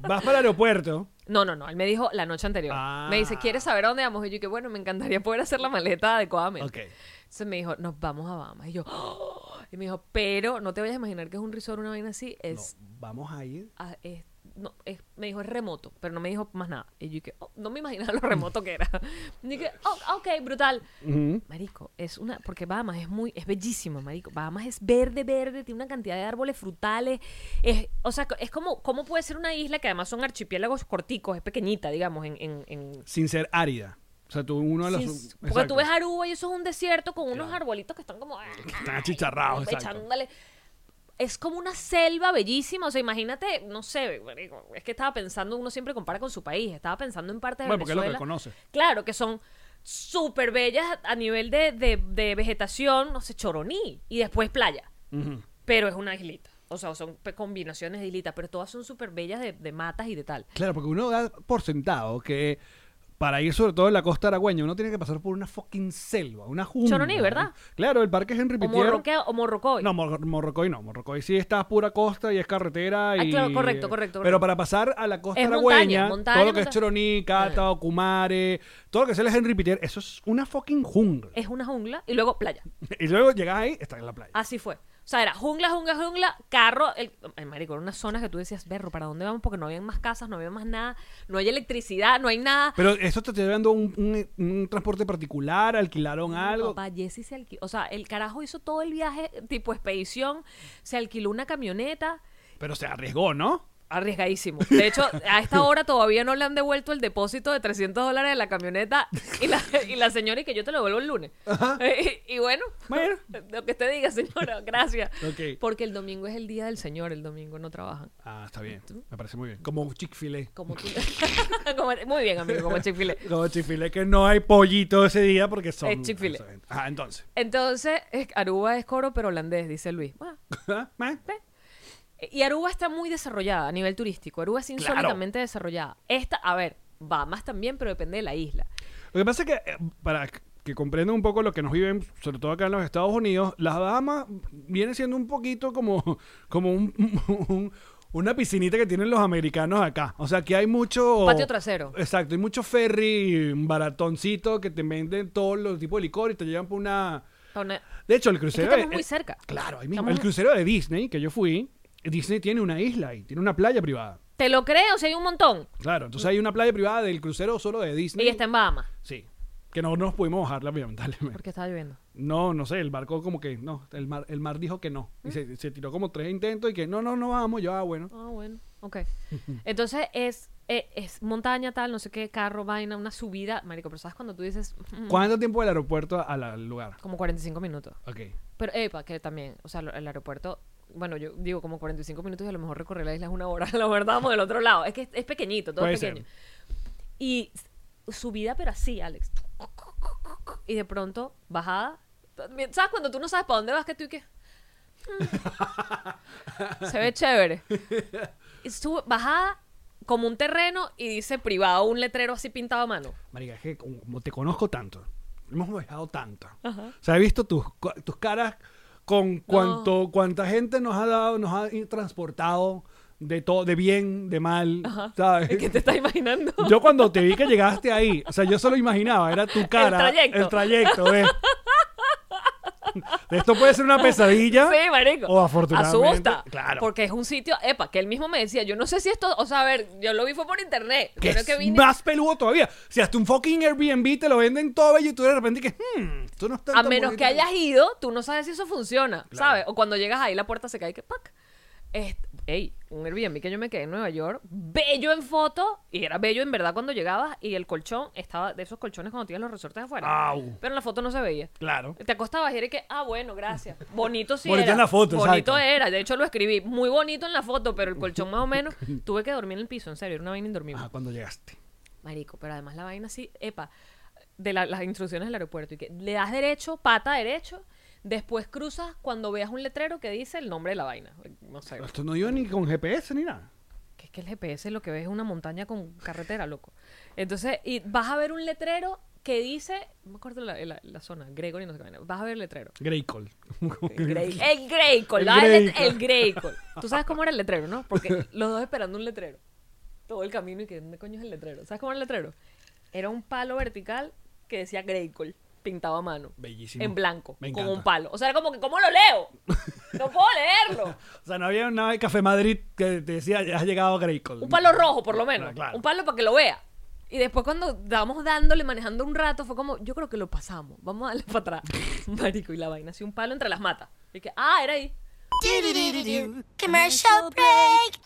[SPEAKER 3] vas para el aeropuerto.
[SPEAKER 2] No, no, no. Él me dijo la noche anterior.
[SPEAKER 3] Ah.
[SPEAKER 2] Me dice, ¿quieres saber a dónde vamos? Y yo, que bueno, me encantaría poder hacer la maleta adecuadamente.
[SPEAKER 3] Ok.
[SPEAKER 2] Entonces me dijo, nos vamos a Bahamas. Y yo, "Oh". y me dijo, pero no te vayas a imaginar que es un resort, una vaina así.
[SPEAKER 3] No,
[SPEAKER 2] Es,
[SPEAKER 3] vamos a ir.
[SPEAKER 2] a- es- no, es- me dijo, es remoto, pero no me dijo más nada. Y yo, que "Oh, no me imaginaba lo remoto que era. Y dije, "Oh, ok, brutal.
[SPEAKER 3] Ujú.
[SPEAKER 2] Marico, es una. Porque Bahamas es muy. Es bellísimo, Marico. Bahamas es verde, verde, tiene una cantidad de árboles frutales. Es, o sea, es como. ¿Cómo puede ser una isla que además son archipiélagos corticos? Es pequeñita, digamos, en. en, en-
[SPEAKER 3] Sin ser árida. O sea, tú uno de los.
[SPEAKER 2] sin- porque
[SPEAKER 3] exacto.
[SPEAKER 2] tú ves Aruba y eso es un desierto con unos arbolitos que están como.
[SPEAKER 3] Están achicharrados, exacto.
[SPEAKER 2] echándole- Es como una selva bellísima. O sea, imagínate, no sé, marico, es que estaba pensando, uno siempre compara con su país. Estaba pensando en partes de
[SPEAKER 3] Bueno, porque es lo que
[SPEAKER 2] Venezuela.
[SPEAKER 3] conoce.
[SPEAKER 2] Claro, que son súper bellas a nivel de, de- de vegetación, no sé, choroní. Y después playa. Pero es una islita. o sea, son pe- combinaciones de hilitas, pero todas son súper bellas de, de matas y de tal.
[SPEAKER 3] Claro, porque uno da por sentado que para ir sobre todo en la costa aragüeña uno tiene que pasar por una fucking selva, una jungla. ¿eh?
[SPEAKER 2] Choroní, ¿verdad?
[SPEAKER 3] Claro, el parque Henry
[SPEAKER 2] O,
[SPEAKER 3] Pittier.
[SPEAKER 2] morroqueo, o morrocoy.
[SPEAKER 3] No, Mor- Morrocoy no. Morrocoy sí está pura costa y es carretera.
[SPEAKER 2] Ah,
[SPEAKER 3] Y...
[SPEAKER 2] claro, correcto, correcto,
[SPEAKER 3] Pero
[SPEAKER 2] correcto.
[SPEAKER 3] para pasar a la costa
[SPEAKER 2] Es montaña,
[SPEAKER 3] aragüeña,
[SPEAKER 2] montaña,
[SPEAKER 3] todo lo que es
[SPEAKER 2] montaña.
[SPEAKER 3] Choroní, Cata, Ocumare, todo lo que sea el Henry Pittier, eso es una fucking jungla.
[SPEAKER 2] Es Ah. una jungla y luego playa.
[SPEAKER 3] Y luego llegas ahí, estás en la playa.
[SPEAKER 2] Así fue. O sea, era jungla, jungla, jungla, carro. El, ay, marico, eran unas zonas que tú decías, berro, ¿para dónde vamos? Porque no había más casas, no había más nada, no hay electricidad, no hay nada.
[SPEAKER 3] Pero eso te está llevando un, un- un transporte particular, alquilaron algo.
[SPEAKER 2] Papá, Jesse se alquiló. O sea, el carajo hizo todo el viaje tipo expedición, se alquiló una camioneta,
[SPEAKER 3] Pero se arriesgó, ¿no?
[SPEAKER 2] arriesgadísimo. De hecho, a esta hora todavía no le han devuelto el depósito de 300 dólares de la camioneta y la, y la señora y que yo te lo devuelvo el lunes. Eh, y, y bueno,
[SPEAKER 3] Bueno.
[SPEAKER 2] lo que usted diga, señora, gracias.
[SPEAKER 3] Ok.
[SPEAKER 2] Porque el domingo es el día del señor, el domingo no trabajan.
[SPEAKER 3] Ah, está bien. Me parece muy bien. Como un Chick-fil-A.
[SPEAKER 2] Como tú. Como- muy bien, amigo, como Chick-fil-A.
[SPEAKER 3] Como Chick-fil-A que no hay pollito ese día porque son.
[SPEAKER 2] Es Chick-fil-A.
[SPEAKER 3] Ah, entonces.
[SPEAKER 2] Entonces, es- Aruba es coro, pero holandés, dice Luis. Ah,
[SPEAKER 3] Ma.
[SPEAKER 2] Y Aruba está muy desarrollada a nivel turístico. Aruba es insólitamente desarrollada. Esta, a ver, Bahamas también, pero depende de la isla.
[SPEAKER 3] Lo que pasa es que, eh, para que comprendan un poco lo que nos viven, sobre todo acá en los Estados Unidos, las Bahamas viene siendo un poquito como, como un- un- una piscinita que tienen los americanos acá. O sea, que hay mucho...
[SPEAKER 2] Patio trasero.
[SPEAKER 3] Exacto, hay mucho ferry baratoncito que te venden todos los tipos de licor y te llevan por una...
[SPEAKER 2] Está una-
[SPEAKER 3] De hecho, el
[SPEAKER 2] Es que
[SPEAKER 3] crucero...
[SPEAKER 2] estamos
[SPEAKER 3] de-
[SPEAKER 2] muy cerca.
[SPEAKER 3] Claro, ahí mismo.
[SPEAKER 2] Estamos-
[SPEAKER 3] El crucero de Disney, que yo fui, Disney tiene una isla y tiene una playa privada.
[SPEAKER 2] Te lo creo, si hay un montón.
[SPEAKER 3] Claro, entonces hay una playa privada del crucero solo de Disney.
[SPEAKER 2] Y está en Bahamas,
[SPEAKER 3] Sí, que no nos pudimos bajar, lamentablemente.
[SPEAKER 2] porque estaba lloviendo.
[SPEAKER 3] No, no sé, el barco como que no, el mar, el mar dijo que no. Y se, se tiró como tres intentos y que no, no, no vamos, yo, ah, bueno.
[SPEAKER 2] Ah, bueno, ok. Entonces es, eh, es montaña, tal, no sé qué, carro, vaina, una subida. Marico, pero ¿sabes cuando tú dices mm,
[SPEAKER 3] ¿Cuánto tiempo del aeropuerto a- la- al lugar?
[SPEAKER 2] como 45 minutos?
[SPEAKER 3] Ok.
[SPEAKER 2] Pero, epa, que también, o sea, lo- el aeropuerto, bueno, yo digo como 45 minutos y a lo mejor recorrer la isla es una hora, la verdad, vamos del otro lado. Es que es, es pequeñito, todo es
[SPEAKER 3] Puede ser.
[SPEAKER 2] pequeño. Y s- subida, pero así, Alex. Y de pronto, bajada. ¿Sabes cuando tú no sabes para dónde vas que tú y qué? Mm. Se ve chévere. Y sube, bajada, como un terreno y dice privado, un letrero así pintado a mano.
[SPEAKER 3] Marica, es que como te conozco tanto, hemos viajado tanto. O sea, he visto tus, cu- tus caras con cuánto, cuánta gente nos ha dado, nos ha i- transportado de todo, de bien, de mal, ¿sabes?
[SPEAKER 2] ¿Qué te estás imaginando?
[SPEAKER 3] Yo cuando te vi que llegaste ahí, o sea, yo solo imaginaba, era tu cara.
[SPEAKER 2] trayecto.
[SPEAKER 3] El trayecto, ¿ves? Esto puede ser una pesadilla.
[SPEAKER 2] Sí, marico.
[SPEAKER 3] O afortunadamente.
[SPEAKER 2] Asusta.
[SPEAKER 3] Claro.
[SPEAKER 2] Porque es un sitio, epa, que él mismo me decía, yo no sé si esto, o sea, a ver, yo lo vi fue por internet.
[SPEAKER 3] que
[SPEAKER 2] pero
[SPEAKER 3] es más peludo todavía. Si hasta un fucking Airbnb te lo venden todo bello y tú de repente que, hmm, esto no está
[SPEAKER 2] a
[SPEAKER 3] tan
[SPEAKER 2] menos
[SPEAKER 3] bonito.
[SPEAKER 2] que hayas ido, tú no sabes si eso funciona, ¿sabes? O cuando llegas ahí, la puerta se cae y que ¡pac! Es- Ey, un Airbnb que yo me quedé en Nueva York, bello en foto, y era bello en verdad cuando llegabas, y el colchón estaba de esos colchones cuando tienes los resortes afuera.
[SPEAKER 3] Au.
[SPEAKER 2] Pero en la foto no se veía.
[SPEAKER 3] Claro.
[SPEAKER 2] Te acostabas y era que, ah, bueno, gracias. Bonito sí
[SPEAKER 3] Bonito
[SPEAKER 2] era.
[SPEAKER 3] en la foto,
[SPEAKER 2] Bonito
[SPEAKER 3] exacto.
[SPEAKER 2] era. De hecho, lo escribí. Muy bonito en la foto, pero el colchón más o menos. Tuve que dormir en el piso, en serio. Era una vaina indormible.
[SPEAKER 3] Ah, cuando llegaste.
[SPEAKER 2] Marico, pero además la vaina así, epa, de la- las instrucciones del aeropuerto. Y que le das derecho, pata derecho, después cruzas cuando veas un letrero que dice el nombre de la vaina. No sé.
[SPEAKER 3] Esto no iba ni con GPS ni nada.
[SPEAKER 2] Que es que el GPS lo que ves es una montaña con carretera, loco. Entonces, y vas a ver un letrero que dice, no me acuerdo la, la- la zona, Gregory, no sé qué vaina. Vas a ver el letrero.
[SPEAKER 3] Greycall.
[SPEAKER 2] El Greycol.
[SPEAKER 3] El
[SPEAKER 2] ah, El,
[SPEAKER 3] Greycol.
[SPEAKER 2] el Greycol. Tú sabes cómo era el letrero, ¿no? Porque los dos esperando un letrero. Todo el camino y que ¿dónde coño es el letrero? ¿Sabes cómo era el letrero? Era un palo vertical que decía Greycol, pintado a mano.
[SPEAKER 3] Bellísimo.
[SPEAKER 2] En blanco,
[SPEAKER 3] Me
[SPEAKER 2] con
[SPEAKER 3] encanta.
[SPEAKER 2] un palo. O sea, era como que, ¿cómo lo leo? No puedo leerlo.
[SPEAKER 3] O sea, no había nada de Café Madrid que te decía, has llegado a Greycall.
[SPEAKER 2] Un palo rojo, por lo menos.
[SPEAKER 3] Ah, claro.
[SPEAKER 2] Un palo para que lo vea. Y después cuando estábamos dándole, manejando un rato, fue como, yo creo que lo pasamos. Vamos a darle para atrás. Marico, y la vaina, así un palo entre las matas. Y que, ah, era ahí.
[SPEAKER 4] Commercial break.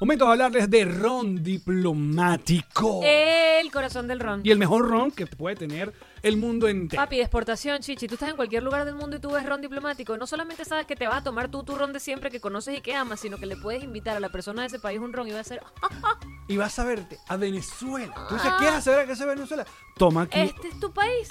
[SPEAKER 3] Momento de hablarles de ron diplomático.
[SPEAKER 2] Eh. El corazón del ron.
[SPEAKER 3] Y el mejor ron que puede tener el mundo entero.
[SPEAKER 2] Papi, de exportación, chichi. Tú estás en cualquier lugar del mundo y tú ves ron diplomático. No solamente sabes que te vas a tomar tú tu ron de siempre que conoces y que amas, sino que le puedes invitar a la persona de ese país un ron y va a ser. "Ah,
[SPEAKER 3] Y vas a verte a Venezuela. Tú dices, ¿quieres saber a qué es Venezuela? Toma aquí.
[SPEAKER 2] Este es tu país.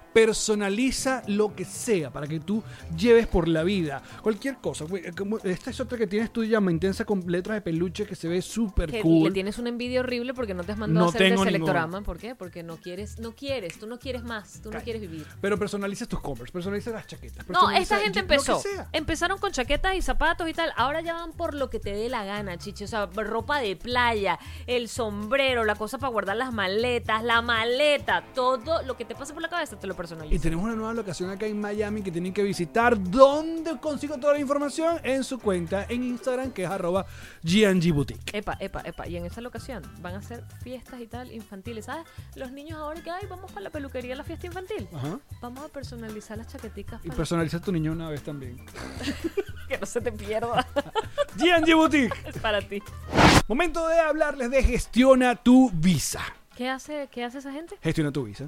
[SPEAKER 3] personaliza lo que sea para que tú lleves por la vida. Cualquier cosa. güey, eh, como- Esta es otra que tienes tú, llama intensa con letras de peluche que se ve súper
[SPEAKER 2] Que
[SPEAKER 3] cool.
[SPEAKER 2] le tienes una envidia horrible porque no te has mandado
[SPEAKER 3] No
[SPEAKER 2] a hacer de
[SPEAKER 3] tengo ninguna.
[SPEAKER 2] selectorama. ¿Por qué? Porque no quieres, no quieres, tú no quieres más, tú no quieres vivir.
[SPEAKER 3] Pero personalizas tus covers, personalizas las chaquetas.
[SPEAKER 2] No,
[SPEAKER 3] personalizas
[SPEAKER 2] esta gente
[SPEAKER 3] lo que
[SPEAKER 2] empezó.
[SPEAKER 3] sea.
[SPEAKER 2] Empezaron con chaquetas y zapatos y tal. Ahora ya van por lo que te dé la gana, chichi. O sea, ropa de playa, el sombrero, la cosa para guardar las maletas, la maleta, todo lo que te pase por la cabeza te lo
[SPEAKER 3] Y
[SPEAKER 2] personalizan.
[SPEAKER 3] tenemos una nueva locación acá en Miami que tienen que visitar. ¿Dónde consigo toda la información? En su cuenta en Instagram, que es arroba GNG Boutique.
[SPEAKER 2] Epa, epa, epa. Y en esa locación van a hacer fiestas y tal infantiles. ¿Sabes? Los niños ahora que hay, vamos para la peluquería, la fiesta infantil.
[SPEAKER 3] Ajá.
[SPEAKER 2] Vamos a personalizar las chaqueticas
[SPEAKER 3] Y
[SPEAKER 2] para
[SPEAKER 3] personalizas tu niño una vez también.
[SPEAKER 2] que no se te pierda.
[SPEAKER 3] GNG Boutique.
[SPEAKER 2] es para ti.
[SPEAKER 3] Momento de hablarles de Gestiona tu Visa.
[SPEAKER 2] ¿Qué hace, qué hace esa gente?
[SPEAKER 3] Gestiona tu visa.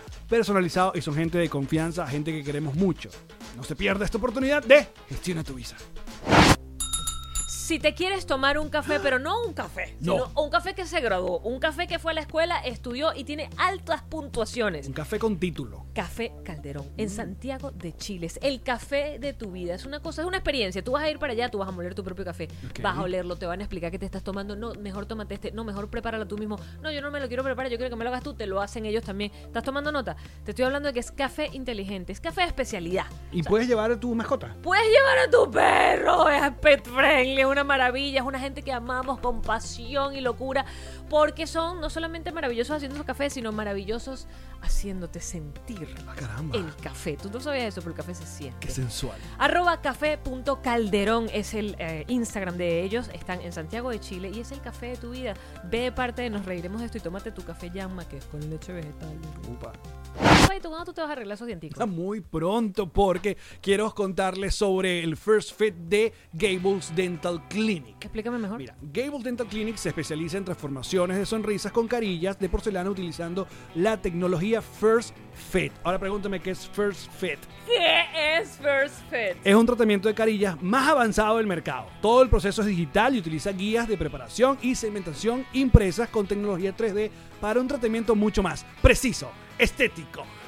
[SPEAKER 3] personalizado y son gente de confianza, gente que queremos mucho. No se pierda esta oportunidad de Gestiona tu Visa.
[SPEAKER 2] Si te quieres tomar un café, pero no un café,
[SPEAKER 3] No.
[SPEAKER 2] sino un café que se graduó, un café que fue a la escuela, estudió y tiene altas puntuaciones.
[SPEAKER 3] Un café con título.
[SPEAKER 2] Café Calderón, en Santiago de Chile. Es el café de tu vida. Es una cosa, es una experiencia. Tú vas a ir para allá, tú vas a moler tu propio café.
[SPEAKER 3] Ok.
[SPEAKER 2] Vas a olerlo, te van a explicar qué te estás tomando. No, mejor tómate este. No, mejor prepáralo tú mismo. No, yo no me lo quiero preparar, yo quiero que me lo hagas tú. Te lo hacen ellos también. ¿Estás tomando nota? Te estoy hablando de que es café inteligente, es café de especialidad.
[SPEAKER 3] Y puedes llevar a tu mascota.
[SPEAKER 2] Puedes llevar a tu perro, es pet friendly, es una maravilla, es una gente que amamos con pasión y locura, porque son no solamente maravillosos haciendo los cafés, sino maravillosos haciéndote sentir
[SPEAKER 3] Ah, caramba.
[SPEAKER 2] el café. Tú no sabías eso, pero el café se siente.
[SPEAKER 3] Qué sensual.
[SPEAKER 2] Arroba café.calderón es el eh, Instagram de ellos. Están en Santiago de Chile y es el café de tu vida. Ve de parte de nos reiremos de esto y tómate tu café llama, que es con leche vegetal.
[SPEAKER 3] Upa.
[SPEAKER 2] Ay, ¿tú cuándo tú te vas a arreglar esos dienticos?
[SPEAKER 3] Muy pronto porque quiero contarles sobre el First Fit de Gables Dental Clinic.
[SPEAKER 2] Explícame mejor.
[SPEAKER 3] Mira, Gable Dental Clinic se especializa en transformaciones de sonrisas con carillas de porcelana utilizando la tecnología First Fit. Ahora pregúntame qué es First Fit.
[SPEAKER 2] ¿Qué es First Fit?
[SPEAKER 3] Es un tratamiento de carillas más avanzado del mercado. Todo el proceso es digital y utiliza guías de preparación y segmentación impresas con tecnología 3D para un tratamiento mucho más preciso, estético,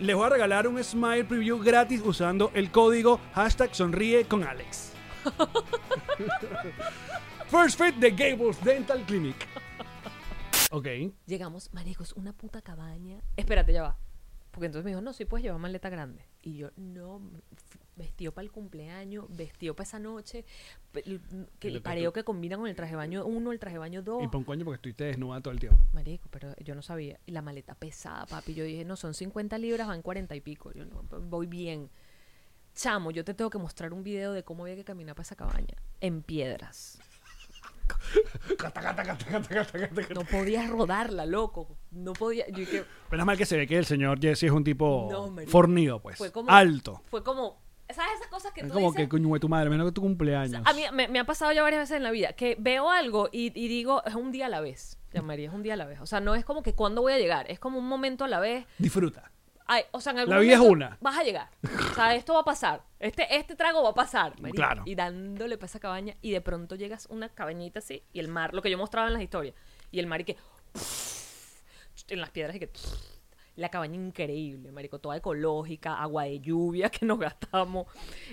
[SPEAKER 3] les voy a regalar un Smile Preview gratis usando el código hashtag sonríe con Alex. First Fit de Gables Dental Clinic. Ok.
[SPEAKER 2] Llegamos, maricos, una puta cabaña. Espérate, ya va. Porque entonces me dijo, no, sí puedes llevar maleta grande. Y yo, no, f- vestido para el cumpleaños, vestido para esa noche, pe- l- que el pareo que combina con el traje de baño 1, el traje de baño 2.
[SPEAKER 3] Y pon coño porque estoy te desnuda todo el tiempo.
[SPEAKER 2] Marico, pero yo no sabía. Y la maleta pesada, papi. Yo dije, no, son 50 libras, van 40 y pico. Yo no, voy bien. Chamo, yo te tengo que mostrar un video de cómo había que caminar para esa cabaña. En piedras. No podías rodarla, loco. No podía. Yo dije,
[SPEAKER 3] Menos mal que se ve que el señor Jesse es un tipo
[SPEAKER 2] No, marico.
[SPEAKER 3] fornido, pues.
[SPEAKER 2] Fue como-
[SPEAKER 3] Alto.
[SPEAKER 2] fue como. ¿Sabes esas cosas que
[SPEAKER 3] Es
[SPEAKER 2] tú
[SPEAKER 3] como que
[SPEAKER 2] dices?
[SPEAKER 3] coño de tu madre, menos que tu cumpleaños.
[SPEAKER 2] A mí me, me ha pasado ya varias veces en la vida que veo algo y, y digo, es un día a la vez. Ya, María, es un día a la vez. O sea, no es como que cuándo voy a llegar. Es como un momento a la vez.
[SPEAKER 3] Disfruta.
[SPEAKER 2] Ay, o sea, en algún
[SPEAKER 3] La vida es
[SPEAKER 2] momento
[SPEAKER 3] una.
[SPEAKER 2] Vas a llegar. O sea, esto va a pasar. Este, este trago va a pasar. marico.
[SPEAKER 3] Claro.
[SPEAKER 2] Y dándole para esa cabaña y de pronto llegas a una cabañita así y el mar, lo que yo mostraba en las historias. Y el mar y que... en las piedras y que la cabaña increíble, marico, toda ecológica, agua de lluvia que nos gastamos.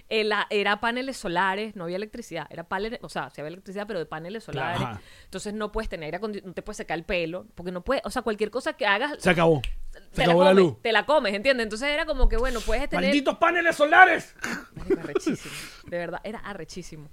[SPEAKER 2] Eh, la- era paneles solares, no había electricidad, era paneles, o sea, sí había electricidad, pero de paneles solares.
[SPEAKER 3] Ajá.
[SPEAKER 2] Entonces no puedes tener aire acondi- no te puedes secar el pelo, porque no puedes, o sea, cualquier cosa que hagas
[SPEAKER 3] Se acabó. Se
[SPEAKER 2] te
[SPEAKER 3] acabó la
[SPEAKER 2] comes,
[SPEAKER 3] luz.
[SPEAKER 2] Te la comes, ¿entiendes? Entonces era como que, bueno, puedes tener.
[SPEAKER 3] ¡Malditos paneles solares!
[SPEAKER 2] Marico, arrechísimo. De verdad, era arrechísimo.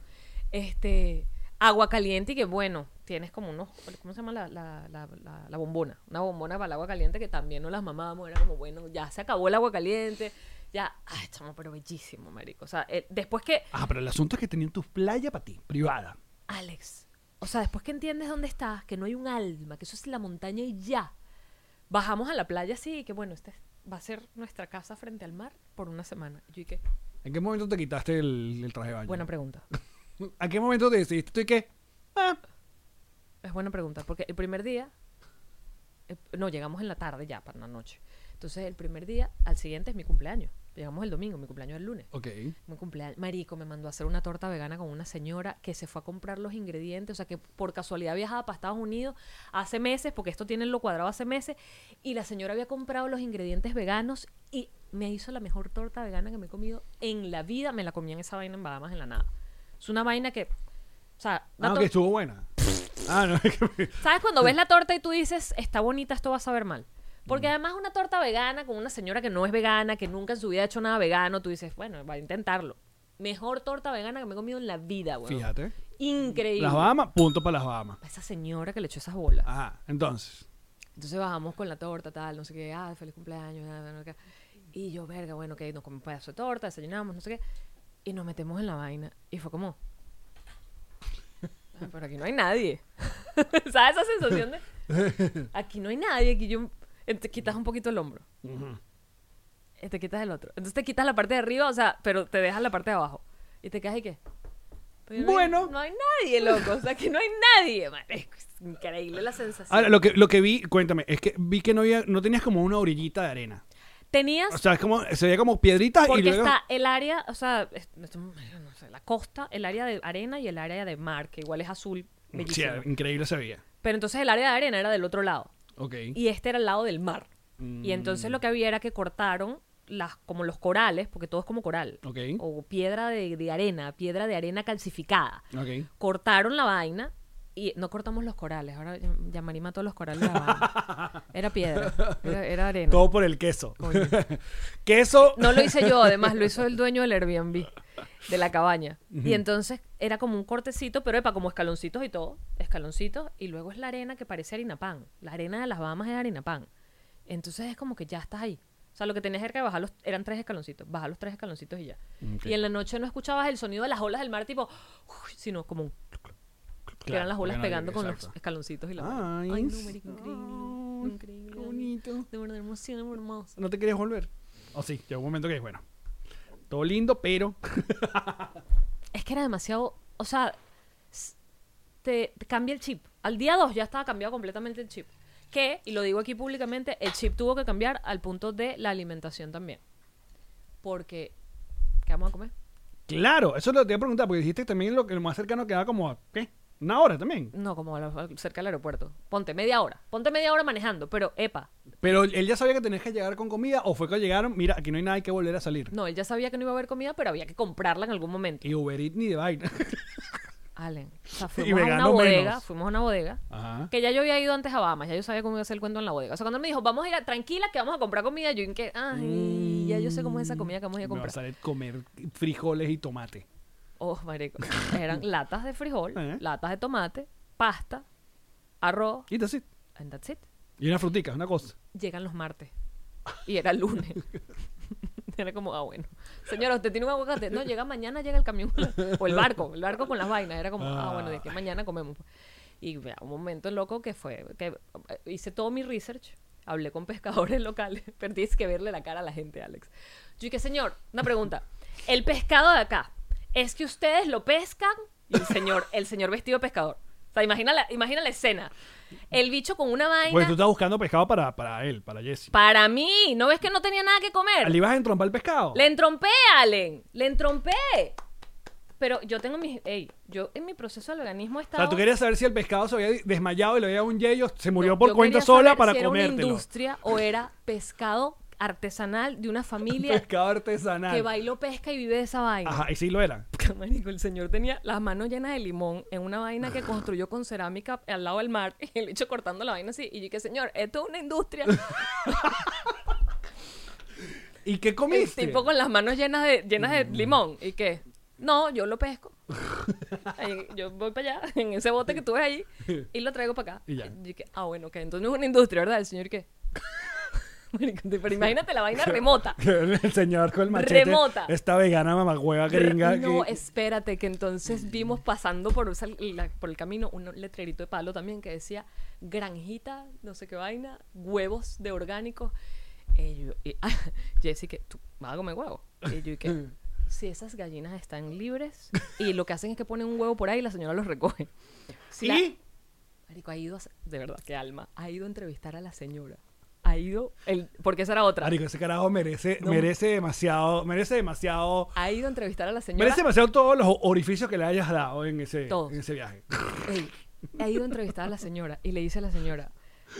[SPEAKER 2] Este. Agua caliente y que, bueno, tienes como unos. ¿Cómo se llama la, la, la, la- la bombona? Una bombona para el agua caliente que también nos las mamábamos. Era como, bueno, ya se acabó el agua caliente. Ya. Ay, chamo, pero bellísimo, marico. O sea, eh, después que.
[SPEAKER 3] Ah, pero el asunto es que tenían tu playa para ti, privada.
[SPEAKER 2] Alex, o sea, después que entiendes dónde estás, que no hay un alma, que eso es la montaña y ya. Bajamos a la playa así, que bueno, esta es- va a ser nuestra casa frente al mar por una semana. Y yo dije,
[SPEAKER 3] ¿En qué momento te quitaste el, el traje de baño?
[SPEAKER 2] buena pregunta.
[SPEAKER 3] ¿A qué momento te decidiste tú y qué? Ah,
[SPEAKER 2] Es buena pregunta, porque el primer día, eh, no, llegamos en la tarde ya, para la noche. Entonces, el primer día, al siguiente es mi cumpleaños. Llegamos el domingo, mi cumpleaños es el lunes.
[SPEAKER 3] ok. Ah,
[SPEAKER 2] Mi cumpleaños. Marico me mandó a hacer una torta vegana con una señora que se fue a comprar los ingredientes, o sea, que por casualidad viajaba para Estados Unidos hace meses, porque esto tienen lo cuadrado hace meses, y la señora había comprado los ingredientes veganos y me hizo la mejor torta vegana que me he comido en la vida. Me la comí en esa vaina en Bahamas, en la nada. Es una vaina que. O sea, la
[SPEAKER 3] Ah, ok,
[SPEAKER 2] tor-
[SPEAKER 3] estuvo buena. ah, no, es que me-
[SPEAKER 2] ¿Sabes cuando ves la torta y tú dices, está bonita, esto va a saber mal? Porque además una torta vegana con una señora que no es vegana, que nunca en su vida ha hecho nada vegano, tú dices, bueno, va a intentarlo. Mejor torta vegana que me he comido en la vida, güey.
[SPEAKER 3] Fíjate.
[SPEAKER 2] Increíble.
[SPEAKER 3] Las Bahamas, punto para las Bahamas.
[SPEAKER 2] Esa señora que le echó esas bolas.
[SPEAKER 3] Ajá, entonces.
[SPEAKER 2] Entonces bajamos con la torta, tal, no sé qué, ah, feliz cumpleaños, ah, bueno, acá. y yo, verga, bueno, que nos comimos un pedazo de torta, desayunamos, no sé qué, y nos metemos en la vaina, y fue como, "Ah, pero aquí no hay nadie, ¿sabes esa sensación de, aquí no hay nadie, aquí yo, eh, te quitas un poquito el hombro, Eh, te quitas el otro, entonces te quitas la parte de arriba, o sea, pero te dejas la parte de abajo, y te quedas y qué, Pero no hay-
[SPEAKER 3] Bueno.
[SPEAKER 2] no hay nadie, loco, o sea, aquí no hay nadie, marico, es increíble la sensación.
[SPEAKER 3] Ahora, lo que, lo que vi, cuéntame, es que vi que no había, no tenías como una orillita de arena.
[SPEAKER 2] Tenías
[SPEAKER 3] O sea, es como, se veía como piedritas Ah, y
[SPEAKER 2] Porque
[SPEAKER 3] luego...
[SPEAKER 2] está el área, o sea, es- esto- no sé, la costa, el área de arena y el área de mar, que igual es azul,
[SPEAKER 3] Mm, Sí,
[SPEAKER 2] bellísimo.
[SPEAKER 3] increíble se veía.
[SPEAKER 2] Pero entonces el área de arena era del otro lado
[SPEAKER 3] Ok.
[SPEAKER 2] y este era el lado del mar.
[SPEAKER 3] Mm.
[SPEAKER 2] Y entonces lo que había era que cortaron las como los corales, porque todo es como coral,
[SPEAKER 3] Ok.
[SPEAKER 2] o piedra de, de arena, piedra de arena calcificada.
[SPEAKER 3] Ok.
[SPEAKER 2] Cortaron la vaina y no cortamos los corales. Ahora ya- ya Marí mató los corales. de la vaina. Era piedra, era, era arena.
[SPEAKER 3] Todo por el queso.
[SPEAKER 2] Coño.
[SPEAKER 3] queso...
[SPEAKER 2] No lo hice yo, además, lo hizo el dueño del Airbnb, de la cabaña. Y entonces era como un cortecito, pero epa, como escaloncitos y todo, escaloncitos, y luego es la arena que parece harina pan. La arena de las Bahamas es harina pan. Entonces es como que ya estás ahí. O sea, lo que tenías era que bajar los, eran tres escaloncitos, bajar los tres escaloncitos y ya. Y en la noche no escuchabas el sonido de las olas del mar, tipo, uff, sino como un que eran las olas pegando con los escaloncitos y la vaina.
[SPEAKER 3] Ay,
[SPEAKER 2] Ay, no,
[SPEAKER 3] sí.
[SPEAKER 2] marico,
[SPEAKER 3] Ay,
[SPEAKER 2] increíble, increíble.
[SPEAKER 3] qué bonito.
[SPEAKER 2] De verdad, hermoso, hermoso.
[SPEAKER 3] ¿No te querías volver? O sí, llegó un momento que es bueno. Todo lindo, pero...
[SPEAKER 2] Es que era demasiado. O sea, s- te, te cambia el chip. Al día 2 ya estaba cambiado completamente el chip. Que, y lo digo aquí públicamente, el chip tuvo que cambiar al punto de la alimentación también. Porque. ¿Qué vamos a comer?
[SPEAKER 3] Claro, eso lo te iba a preguntar, porque dijiste que también lo, que- lo más cercano quedaba como a, ¿qué? Una hora también.
[SPEAKER 2] No, como a la- cerca del aeropuerto. Ponte media hora. Ponte media hora manejando, pero epa.
[SPEAKER 3] Pero él ya sabía que tenías que llegar con comida, o fue que llegaron, mira, aquí no hay nada, hay que volver a salir.
[SPEAKER 2] No, él ya sabía que no iba a haber comida, pero había que comprarla en algún momento.
[SPEAKER 3] Y Uber Eats ni de vaina.
[SPEAKER 2] Allen. O sea,
[SPEAKER 3] Y
[SPEAKER 2] fuimos a una
[SPEAKER 3] vegano
[SPEAKER 2] bodega.
[SPEAKER 3] menos.
[SPEAKER 2] Fuimos a una bodega.
[SPEAKER 3] Ajá.
[SPEAKER 2] Que ya yo había ido antes a Bahamas, ya yo sabía cómo iba a hacer el cuento en la bodega. O sea, cuando él me dijo, vamos a ir a, tranquila que vamos a comprar comida, yo en que, ay, ya yo sé cómo es esa comida que vamos a ir a
[SPEAKER 3] Me va a
[SPEAKER 2] comprar.
[SPEAKER 3] salir comer frijoles y tomate.
[SPEAKER 2] Oh, marico. Eran latas de frijol,
[SPEAKER 3] Eh.
[SPEAKER 2] latas de tomate, pasta, arroz,
[SPEAKER 3] Y that's it.
[SPEAKER 2] and that's it.
[SPEAKER 3] Y una frutica, una cosa.
[SPEAKER 2] Llegan los martes. Y era el lunes. era como, ah, bueno. Señora, usted tiene un aguacate. No, llega mañana, llega el camión. o el barco, el barco con las vainas. Era como, ah, bueno, de que mañana comemos. pues. Y vea, un momento loco que fue, que eh, hice todo mi research, hablé con pescadores locales, pero tienes que verle la cara a la gente, Alex. Yo dije, señor, una pregunta. El pescado de acá, ¿es que ustedes lo pescan? Y el señor, el señor vestido de pescador. O sea, imagina la, imagina la escena. El bicho con una vaina.
[SPEAKER 3] Porque tú estás buscando pescado para, para él, para Jesse.
[SPEAKER 2] Para mí, ¿no ves que no tenía nada que comer?
[SPEAKER 3] ¿Le ibas a entrompar el pescado?
[SPEAKER 2] Le entrompé, Allen. Le entrompé. Pero yo tengo mis. Ey, yo en mi proceso de organismo
[SPEAKER 3] O
[SPEAKER 2] estaba.
[SPEAKER 3] sea, tú querías saber si el pescado se había desmayado y le había dado un yello, se
[SPEAKER 2] No,
[SPEAKER 3] murió por
[SPEAKER 2] yo
[SPEAKER 3] cuenta
[SPEAKER 2] quería
[SPEAKER 3] sola
[SPEAKER 2] saber
[SPEAKER 3] para
[SPEAKER 2] si Era una
[SPEAKER 3] comértelo.
[SPEAKER 2] industria o era pescado artesanal de una familia
[SPEAKER 3] Pescado
[SPEAKER 2] que
[SPEAKER 3] artesanal.
[SPEAKER 2] bailó pesca y vive de esa vaina.
[SPEAKER 3] Ajá, y sí lo era.
[SPEAKER 2] Marico, el señor tenía las manos llenas de limón en una vaina
[SPEAKER 3] Ah.
[SPEAKER 2] que construyó con cerámica al lado del mar y el bicho cortando la vaina así. Y yo dije, señor, esto es una industria.
[SPEAKER 3] ¿Y qué
[SPEAKER 2] el
[SPEAKER 3] comiste? Mm.
[SPEAKER 2] tipo con las manos llenas de, llenas de limón. ¿Y qué? No, yo lo pesco. Ahí, yo voy para allá, en ese bote que tú ves ahí, y lo traigo para acá.
[SPEAKER 3] Y ya.
[SPEAKER 2] dije, ah, bueno, ok, entonces no es una industria, ¿verdad? El señor qué. Marico, pero imagínate la vaina remota.
[SPEAKER 3] el señor con el machete.
[SPEAKER 2] Remota.
[SPEAKER 3] Esta vegana mamagüeva gringa.
[SPEAKER 2] No,
[SPEAKER 3] que-
[SPEAKER 2] espérate, que entonces vimos pasando por, un sal- la- por el camino un letrerito de palo también que decía granjita, no sé qué vaina, huevos de orgánicos. Y yo, y, ah, Jessy, que tú vas a comer huevo. Y yo, y que si esas gallinas están libres y lo que hacen es que ponen un huevo por ahí y la señora los recoge. Si la-
[SPEAKER 3] ¿Y?
[SPEAKER 2] Marico, ha ido, a- de verdad, qué alma, ha ido a entrevistar a la señora. Ha ido, el, porque esa era otra.
[SPEAKER 3] Marico, ese carajo merece,
[SPEAKER 2] No.
[SPEAKER 3] merece demasiado, merece demasiado,
[SPEAKER 2] Ha ido a entrevistar a la señora.
[SPEAKER 3] merece demasiado todos los orificios que le hayas dado en ese,
[SPEAKER 2] Todos.
[SPEAKER 3] en ese viaje.
[SPEAKER 2] Ey, ha ido a entrevistar a la señora y le dice a la señora,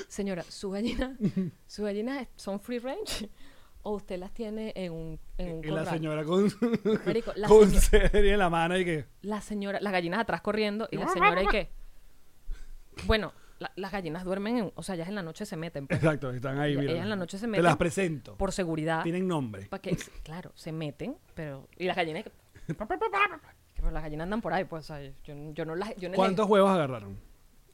[SPEAKER 2] señora, ¿sus gallinas, sus gallinas es- son free range o usted las tiene en un, en un
[SPEAKER 3] Y la
[SPEAKER 2] corral?"
[SPEAKER 3] señora con,
[SPEAKER 2] Marico, la
[SPEAKER 3] con
[SPEAKER 2] señora-
[SPEAKER 3] serie en la mano y que...
[SPEAKER 2] La señora, las gallinas atrás corriendo y la señora, ¿y qué? Bueno, la- las gallinas duermen, en- o sea, ellas en la noche se meten. pues.
[SPEAKER 3] Exacto, están ahí,
[SPEAKER 2] Ellas-
[SPEAKER 3] mira.
[SPEAKER 2] ellas en la noche se
[SPEAKER 3] Te
[SPEAKER 2] meten
[SPEAKER 3] las presento.
[SPEAKER 2] Por seguridad.
[SPEAKER 3] Tienen nombre.
[SPEAKER 2] Para que, claro, se meten, pero... Y las gallinas... que- Pero las gallinas andan por ahí, pues, o sea, yo, yo no las... Yo no les-
[SPEAKER 3] ¿Cuántos huevos agarraron?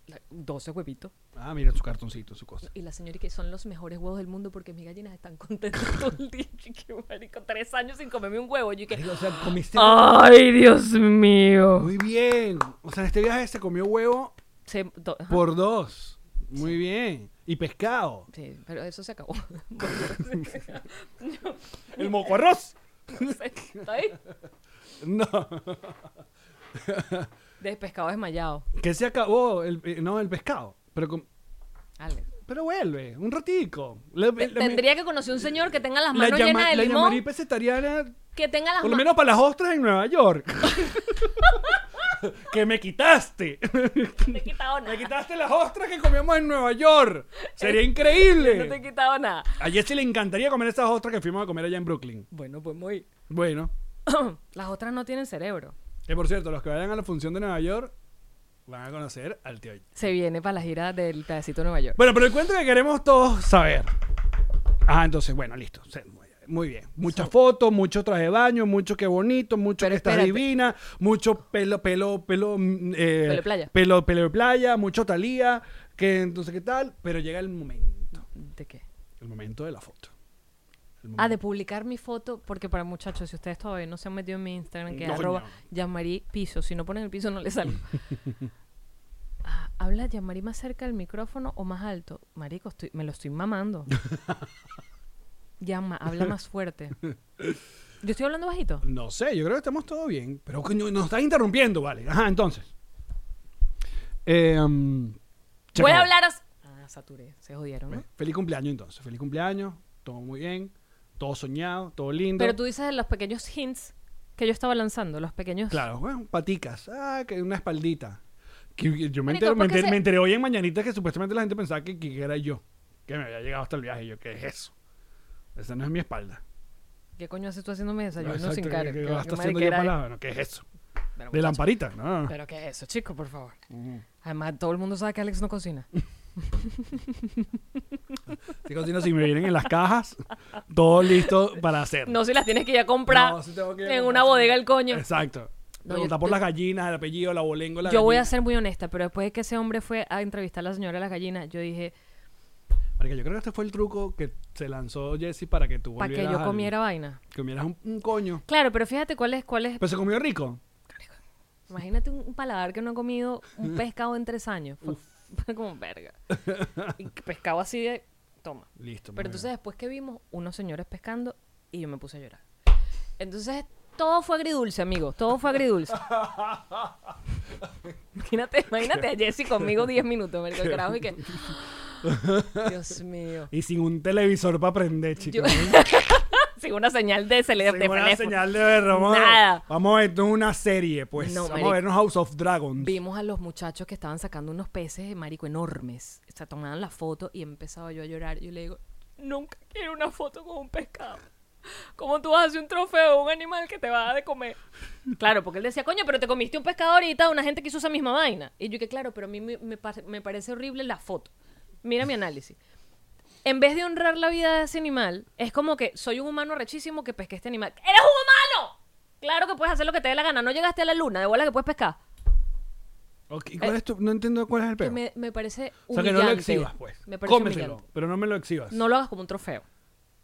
[SPEAKER 2] la- 12 huevitos.
[SPEAKER 3] Ah, mira su cartoncito, su cosa.
[SPEAKER 2] Y la señora y que son los mejores huevos del mundo porque mis gallinas están contentas todo el día. Y que marico, tres años sin comerme un huevo. Yo y que,
[SPEAKER 3] Marico, o sea, comiste
[SPEAKER 2] Ah. ¡ay, Dios mío!
[SPEAKER 3] muy bien. O sea, en este viaje se comió huevo
[SPEAKER 2] Se- do- ajá.
[SPEAKER 3] por dos. Muy bien. Y pescado.
[SPEAKER 2] Sí, pero eso se acabó.
[SPEAKER 3] El moco arroz.
[SPEAKER 2] ¿Está ahí?
[SPEAKER 3] No.
[SPEAKER 2] De pescado desmayado.
[SPEAKER 3] Que se acabó el, eh, no, el pescado. Pero, com-
[SPEAKER 2] Ale.
[SPEAKER 3] pero vuelve, un ratico. La,
[SPEAKER 2] Te-
[SPEAKER 3] la-
[SPEAKER 2] Tendría que conocer un señor que tenga las
[SPEAKER 3] la
[SPEAKER 2] manos
[SPEAKER 3] llama-
[SPEAKER 2] llenas de
[SPEAKER 3] la
[SPEAKER 2] limón.
[SPEAKER 3] llamaría pescetariana,
[SPEAKER 2] Que tenga las
[SPEAKER 3] por lo
[SPEAKER 2] manos.
[SPEAKER 3] menos para las ostras en Nueva York. que me quitaste.
[SPEAKER 2] No te he quitado
[SPEAKER 3] me
[SPEAKER 2] nada.
[SPEAKER 3] quitaste las ostras que comíamos en Nueva York.
[SPEAKER 2] No te
[SPEAKER 3] Sería
[SPEAKER 2] he
[SPEAKER 3] increíble.
[SPEAKER 2] quitado nada.
[SPEAKER 3] A Jessy le encantaría comer esas ostras que fuimos a comer allá en Brooklyn.
[SPEAKER 2] Bueno, pues muy.
[SPEAKER 3] Bueno,
[SPEAKER 2] las otras no tienen cerebro.
[SPEAKER 3] que por cierto, los que vayan a la función de Nueva York van a conocer al tío.
[SPEAKER 2] Se viene para la gira del pedacito de Nueva York.
[SPEAKER 3] Bueno, pero el cuento que queremos todos saber. Ah, entonces, bueno, listo. Se- Muy bien. Muchas fotos, mucho traje de baño, mucho que bonito, mucho que estás
[SPEAKER 2] espérate.
[SPEAKER 3] divina, mucho pelo, pelo, pelo. mm, eh,
[SPEAKER 2] Pelo de playa.
[SPEAKER 3] Pelo, pelo de playa, mucho talía, que entonces qué tal. Pero llega el momento.
[SPEAKER 2] ¿De qué?
[SPEAKER 3] El momento de la foto. El
[SPEAKER 2] Ah,
[SPEAKER 3] momento.
[SPEAKER 2] de publicar mi foto, porque para muchachos, si ustedes todavía no se han metido en mi Instagram, que es
[SPEAKER 3] No,
[SPEAKER 2] arroba
[SPEAKER 3] no.
[SPEAKER 2] Yamari Piso, si no ponen el piso no les salgo. Ah, Habla Yamari más cerca del micrófono o más alto. Marico, estoy- me lo estoy mamando. Llama, habla más fuerte. Yo estoy hablando bajito.
[SPEAKER 3] No sé, yo creo que estamos todo bien. Pero coño, nos estás interrumpiendo, vale. Ajá, entonces. Eh, mm, se
[SPEAKER 2] Voy a
[SPEAKER 3] acabó.
[SPEAKER 2] hablar as- Ah, saturé. Se jodieron, ¿no?
[SPEAKER 3] Ve, Feliz cumpleaños entonces, feliz cumpleaños, todo muy bien, todo soñado, todo lindo.
[SPEAKER 2] Pero tú dices de los pequeños hints que yo estaba lanzando, los pequeños...
[SPEAKER 3] Claro, bueno, paticas, ah, que una espaldita. Que- que yo me
[SPEAKER 2] Marico,
[SPEAKER 3] enteré,
[SPEAKER 2] ¿por
[SPEAKER 3] me,
[SPEAKER 2] qué
[SPEAKER 3] enteré,
[SPEAKER 2] se-
[SPEAKER 3] me enteré hoy en Mañanita que supuestamente la gente pensaba que, que era yo, que me había llegado hasta el viaje, y yo, ¿qué es eso? Esa no es mi espalda.
[SPEAKER 2] ¿Qué coño haces tú haciéndome desayuno
[SPEAKER 3] Exacto,
[SPEAKER 2] sin
[SPEAKER 3] que-
[SPEAKER 2] cara?
[SPEAKER 3] que
[SPEAKER 2] ¿Qué-
[SPEAKER 3] lo
[SPEAKER 2] qué
[SPEAKER 3] está haciendo yo
[SPEAKER 2] mariquera es?
[SPEAKER 3] palabra, ¿no? ¿Qué es eso?
[SPEAKER 2] Pero,
[SPEAKER 3] De
[SPEAKER 2] muchacho,
[SPEAKER 3] lamparita, no, no, no.
[SPEAKER 2] Pero qué es eso, chico, por favor. Además, todo el mundo sabe que Alex no cocina.
[SPEAKER 3] Estoy cocinando, si me vienen en las cajas, todo listo para hacer.
[SPEAKER 2] No si las tienes que ir a comprar
[SPEAKER 3] No, sí tengo que ir a
[SPEAKER 2] en
[SPEAKER 3] comprar,
[SPEAKER 2] una
[SPEAKER 3] sí.
[SPEAKER 2] bodega el coño.
[SPEAKER 3] Exacto.
[SPEAKER 2] No,
[SPEAKER 3] Pregunta
[SPEAKER 2] yo-
[SPEAKER 3] por las gallinas, el apellido, la bolengo, la
[SPEAKER 2] Yo voy a
[SPEAKER 3] gallina.
[SPEAKER 2] ser muy honesta, pero después de que ese hombre fue a entrevistar a la señora de las gallinas, yo dije,
[SPEAKER 3] Marica, yo creo que este fue el truco que se lanzó Jesse para que tú
[SPEAKER 2] para
[SPEAKER 3] volvieras
[SPEAKER 2] que yo
[SPEAKER 3] al-
[SPEAKER 2] comiera vaina.
[SPEAKER 3] comieras un, un coño.
[SPEAKER 2] Claro, pero fíjate cuál es, cuál es.
[SPEAKER 3] Pero se comió rico.
[SPEAKER 2] Imagínate un un paladar que no ha comido un pescado en tres años. Fue, fue como verga. Y pescado así de. Toma.
[SPEAKER 3] Listo. muy
[SPEAKER 2] Pero entonces
[SPEAKER 3] bien.
[SPEAKER 2] después que vimos unos señores pescando y yo me puse a llorar. Entonces todo fue agridulce, amigo. Todo fue agridulce. imagínate, imagínate a Jesse conmigo 10 minutos, marico, el carajo, y que... Dios mío.
[SPEAKER 3] Y sin un televisor para prender, chicos.
[SPEAKER 2] Yo- Sin una señal de cele- de
[SPEAKER 3] Sin una
[SPEAKER 2] teléfono.
[SPEAKER 3] señal de ver, vamos, a-
[SPEAKER 2] Nada.
[SPEAKER 3] vamos a vernos una serie, pues.
[SPEAKER 2] No,
[SPEAKER 3] vamos a
[SPEAKER 2] marico.
[SPEAKER 3] vernos House of Dragons.
[SPEAKER 2] Vimos a los muchachos que estaban sacando unos peces de marico enormes. O sea, tomaban la foto y empezaba yo a llorar. Yo le digo, nunca quiero una foto con un pescado. ¿Cómo tú vas a hacer un trofeo de un animal que te va a de comer? Claro, porque él decía, coño, pero te comiste un pescado ahorita, una gente que hizo esa misma vaina. Y yo que claro, pero a mí me, me par- me parece horrible la foto. Mira mi análisis. En vez de honrar la vida de ese animal, es como que soy un humano rechísimo que pesqué este animal. ¡Eres un humano! Claro que puedes hacer lo que te dé la gana. No llegaste a la luna, de bola que puedes pescar.
[SPEAKER 3] Ok, ¿y cuál es tu- no entiendo cuál es el
[SPEAKER 2] Que
[SPEAKER 3] peor.
[SPEAKER 2] me, me parece humillante.
[SPEAKER 3] O sea, que no lo exhibas, pues.
[SPEAKER 2] Me parece
[SPEAKER 3] Cómeselo,
[SPEAKER 2] humillante.
[SPEAKER 3] pero no me lo exhibas.
[SPEAKER 2] No lo hagas como un trofeo.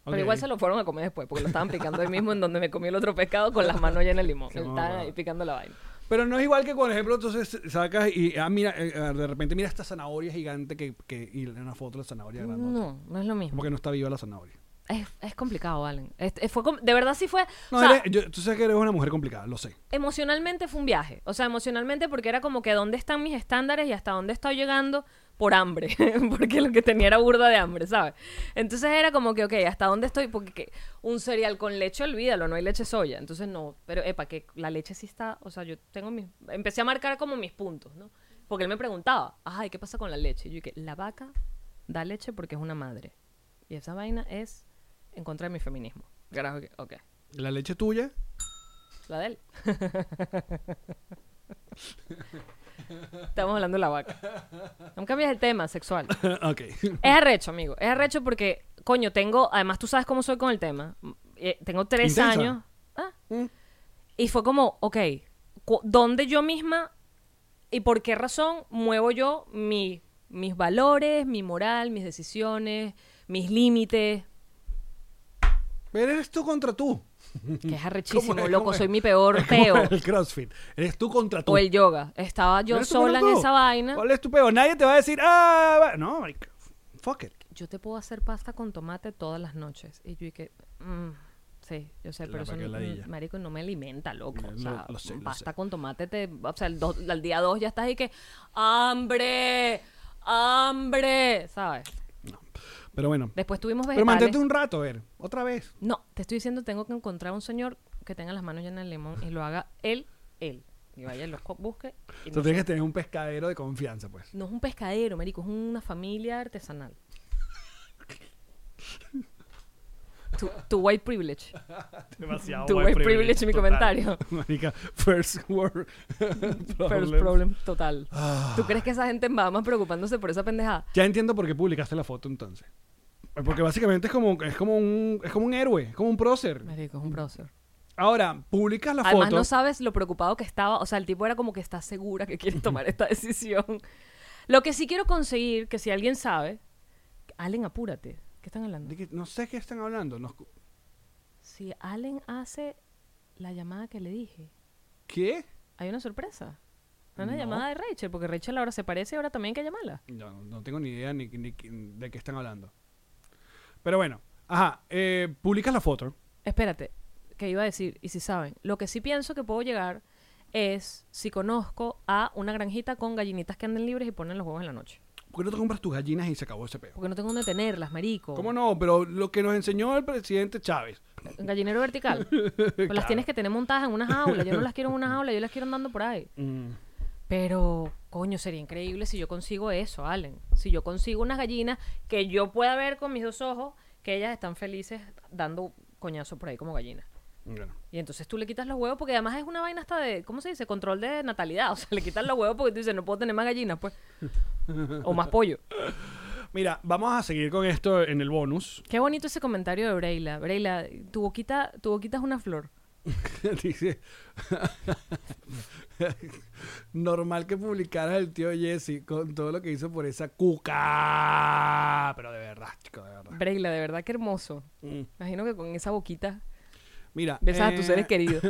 [SPEAKER 2] Pero
[SPEAKER 3] Ok.
[SPEAKER 2] igual se lo fueron a comer después, porque lo estaban picando ahí mismo en donde me comí el otro pescado con las manos llenas de limón.
[SPEAKER 3] Qué
[SPEAKER 2] Estaban
[SPEAKER 3] mamada.
[SPEAKER 2] ahí picando la vaina.
[SPEAKER 3] Pero no es igual que, por ejemplo, entonces sacas y ah, mira, eh, ah, de repente mira esta zanahoria gigante que, que y le- una foto de la zanahoria grandota.
[SPEAKER 2] No, no es lo
[SPEAKER 3] Como
[SPEAKER 2] mismo.
[SPEAKER 3] que no está viva la zanahoria.
[SPEAKER 2] Es, es complicado, Alan. Es- es- fue com- de verdad sí fue...
[SPEAKER 3] No,
[SPEAKER 2] o sea,
[SPEAKER 3] eres- yo- tú sabes que eres una mujer complicada, lo sé.
[SPEAKER 2] emocionalmente fue un viaje. O sea, emocionalmente porque era como que dónde están mis estándares y hasta dónde estoy llegando por hambre. porque lo que tenía era burda de hambre, ¿sabes? Entonces era como que, ok, hasta dónde estoy. Porque que- un cereal con leche, olvídalo, no hay leche soya. Entonces no. Pero, epa, que la leche sí está. O sea, yo tengo mis. Empecé a marcar como mis puntos, ¿no? Porque él me preguntaba, ay, ¿qué pasa con la leche? Y yo dije, la vaca da leche porque es una madre. Y esa vaina es en contra de mi feminismo. Carajo, que- ok.
[SPEAKER 3] La leche tuya,
[SPEAKER 2] La de él. Estamos hablando de la vaca. No me cambies el tema sexual.
[SPEAKER 3] ok.
[SPEAKER 2] Es arrecho, amigo. Es arrecho porque, coño, tengo. Además, tú sabes cómo soy con el tema. Eh, tengo tres
[SPEAKER 3] Intensa.
[SPEAKER 2] años. Ah.
[SPEAKER 3] Mm,
[SPEAKER 2] Y fue como, ok, cu- ¿dónde yo misma y por qué razón muevo yo mi- mis valores, mi moral, mis decisiones, mis límites?
[SPEAKER 3] Pero eres tú contra tú.
[SPEAKER 2] Que es arrechísimo,
[SPEAKER 3] ¿Cómo es?
[SPEAKER 2] loco.
[SPEAKER 3] ¿Cómo es?
[SPEAKER 2] Soy mi peor
[SPEAKER 3] Como
[SPEAKER 2] peo.
[SPEAKER 3] El CrossFit. Eres tú contra tú.
[SPEAKER 2] O el yoga. Estaba yo
[SPEAKER 3] Eres tú
[SPEAKER 2] sola en
[SPEAKER 3] contra tú.
[SPEAKER 2] esa vaina.
[SPEAKER 3] ¿Cuál es tu peo? Nadie te va a decir, ah, va-". no, like, fuck it.
[SPEAKER 2] yo te puedo hacer pasta con tomate todas las noches. Y yo dije, mm, sí, yo sé,
[SPEAKER 3] La
[SPEAKER 2] pero eso no,
[SPEAKER 3] paqueladilla.
[SPEAKER 2] mm, marico, no me alimenta, loco.
[SPEAKER 3] Eh,
[SPEAKER 2] o sea,
[SPEAKER 3] lo- lo sé, lo
[SPEAKER 2] pasta
[SPEAKER 3] sé.
[SPEAKER 2] con tomate, te, o sea, el dos- al día dos ya estás y que, hambre, hambre, ¿sabes?
[SPEAKER 3] Pero bueno.
[SPEAKER 2] Después tuvimos
[SPEAKER 3] Pero
[SPEAKER 2] vegetales.
[SPEAKER 3] mantente un rato, a ver, otra vez.
[SPEAKER 2] No, te estoy diciendo, tengo que encontrar un señor que tenga las manos llenas de limón y lo haga él, él. Y vaya, y lo co- busque. y
[SPEAKER 3] Tú
[SPEAKER 2] no-
[SPEAKER 3] tienes que tener un pescadero de confianza, pues.
[SPEAKER 2] no es un pescadero, marico, es una familia artesanal. Tu, tu white privilege.
[SPEAKER 3] Demasiado.
[SPEAKER 2] Tu
[SPEAKER 3] white
[SPEAKER 2] white privilege, mi comentario.
[SPEAKER 3] Marica, first world
[SPEAKER 2] First problem total.
[SPEAKER 3] Ah.
[SPEAKER 2] ¿Tú crees que esa gente en Bahamas preocupándose por esa pendejada?
[SPEAKER 3] Ya entiendo por qué publicaste la foto entonces. Pues Porque básicamente es como, es como un es como un héroe, es como un prócer.
[SPEAKER 2] Marico, es un browser.
[SPEAKER 3] Ahora, publicas la
[SPEAKER 2] Además,
[SPEAKER 3] foto.
[SPEAKER 2] no sabes lo preocupado que estaba. O sea, el tipo era como que está segura que quiere tomar esta decisión. Lo que sí quiero conseguir, que si alguien sabe, Allen, apúrate. ¿Qué están hablando?
[SPEAKER 3] de que- no sé qué están hablando. nos-
[SPEAKER 2] Si Allen hace la llamada que le dije,
[SPEAKER 3] ¿Qué?
[SPEAKER 2] Hay una sorpresa. Hay Una
[SPEAKER 3] No.
[SPEAKER 2] llamada de Rachel, porque Rachel ahora se parece y ahora también hay que llamarla.
[SPEAKER 3] No, no tengo ni idea ni, ni de qué están hablando. Pero bueno, ajá, eh, publicas la foto.
[SPEAKER 2] Espérate, que iba a decir, y si saben, lo que sí pienso que puedo llegar es si conozco a una granjita con gallinitas que anden libres y ponen los huevos en la noche.
[SPEAKER 3] ¿Por qué no te compras tus gallinas y se acabó ese peo?
[SPEAKER 2] Porque no tengo dónde tenerlas, marico.
[SPEAKER 3] ¿Cómo no? Pero lo que nos enseñó el presidente Chávez.
[SPEAKER 2] Un gallinero vertical. Pues las tienes que tener montadas en una jaula. Yo no las quiero en una jaula, yo las quiero andando por ahí. Pero, coño, sería increíble si yo consigo eso, Allen. Si yo consigo unas gallinas que yo pueda ver con mis dos ojos que ellas están felices dando coñazo por ahí como gallinas.
[SPEAKER 3] Bueno.
[SPEAKER 2] Y entonces tú le quitas los huevos porque además es una vaina hasta de, ¿cómo se dice? Control de natalidad. O sea, le quitas los huevos porque tú dices, no puedo tener más gallinas, pues. O más pollo.
[SPEAKER 3] Mira, vamos a seguir con esto en el bonus.
[SPEAKER 2] Qué bonito ese comentario de Breila. Breila, tu boquita, tu boquita es una flor.
[SPEAKER 3] Dice, normal que publicaras el tío Jesse con todo lo que hizo por esa cuca. Pero de verdad, chico, de verdad.
[SPEAKER 2] Breila, de verdad, qué hermoso.
[SPEAKER 3] Mm.
[SPEAKER 2] Imagino que con esa boquita
[SPEAKER 3] Mira,
[SPEAKER 2] besas a
[SPEAKER 3] eh,
[SPEAKER 2] tus seres queridos.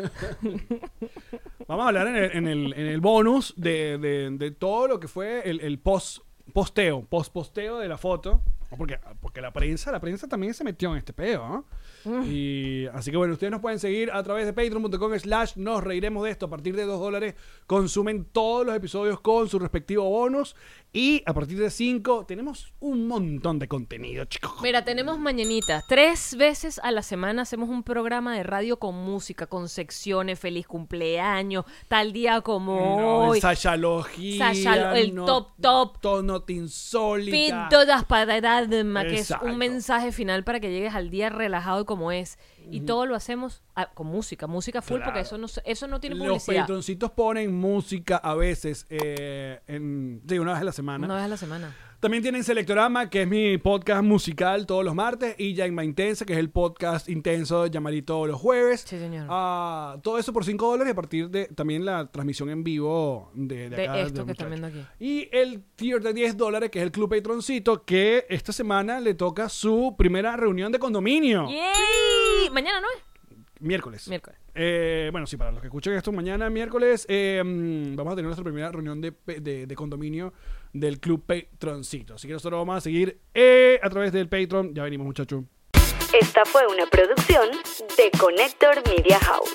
[SPEAKER 3] Vamos a hablar en el, en el, en el bonus de, de- de todo lo que fue el, el post Ah, posteo, post posteo de la foto. Porque, porque la prensa, la prensa también se metió en este peo, ¿no?
[SPEAKER 2] Mm.
[SPEAKER 3] Y, así que bueno, ustedes nos pueden seguir a través de patreon.com slash nos reiremos de esto. A partir de 2 dólares consumen todos los episodios con su respectivo bonus. Y a partir de 5 tenemos un montón de contenido, chicos.
[SPEAKER 2] Mira, tenemos mañanitas. Tres veces a la semana hacemos un programa de radio con música, con secciones, feliz cumpleaños, tal día como
[SPEAKER 3] No,
[SPEAKER 2] hoy.
[SPEAKER 3] Sasha Logia,
[SPEAKER 2] Sasha Lo- el top, top.
[SPEAKER 3] Tono insólita.
[SPEAKER 2] Fin todas para el alma, que es
[SPEAKER 3] Exacto.
[SPEAKER 2] un mensaje final para que llegues al día relajado y como es. Y todo lo hacemos ah, con música, música full,
[SPEAKER 3] Claro.
[SPEAKER 2] porque eso no, se- eso no tiene
[SPEAKER 3] Los
[SPEAKER 2] publicidad.
[SPEAKER 3] patroncitos ponen música a veces, eh, en, sí, una vez a la semana.
[SPEAKER 2] Una vez a la semana.
[SPEAKER 3] También tienen Selectorama, que es mi podcast musical todos los martes, y Llama Intensa, que es el podcast intenso de Yamarito todos los jueves.
[SPEAKER 2] Sí, señor.
[SPEAKER 3] Ah, todo eso por 5 dólares y a partir de también la transmisión en vivo de, de
[SPEAKER 2] De
[SPEAKER 3] acá,
[SPEAKER 2] esto
[SPEAKER 3] del
[SPEAKER 2] que están
[SPEAKER 3] muchacho.
[SPEAKER 2] viendo aquí.
[SPEAKER 3] Y el tier de 10 dólares, que es el Club Patroncito, que esta semana le toca su primera reunión de condominio.
[SPEAKER 2] ¡Yay! Mañana no es.
[SPEAKER 3] Miércoles.
[SPEAKER 2] Miércoles.
[SPEAKER 3] Eh, bueno, sí, para los que escuchan esto mañana, miércoles, eh, mm, vamos a tener nuestra primera reunión de, pe- de- de condominio del Club Patroncito. Así que nosotros vamos a seguir eh, a través del Patreon. Ya venimos, muchachos.
[SPEAKER 4] Esta fue una producción de Connector Media House.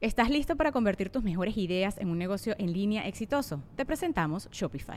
[SPEAKER 5] ¿Estás listo para convertir tus mejores ideas en un negocio en línea exitoso? Te presentamos Shopify.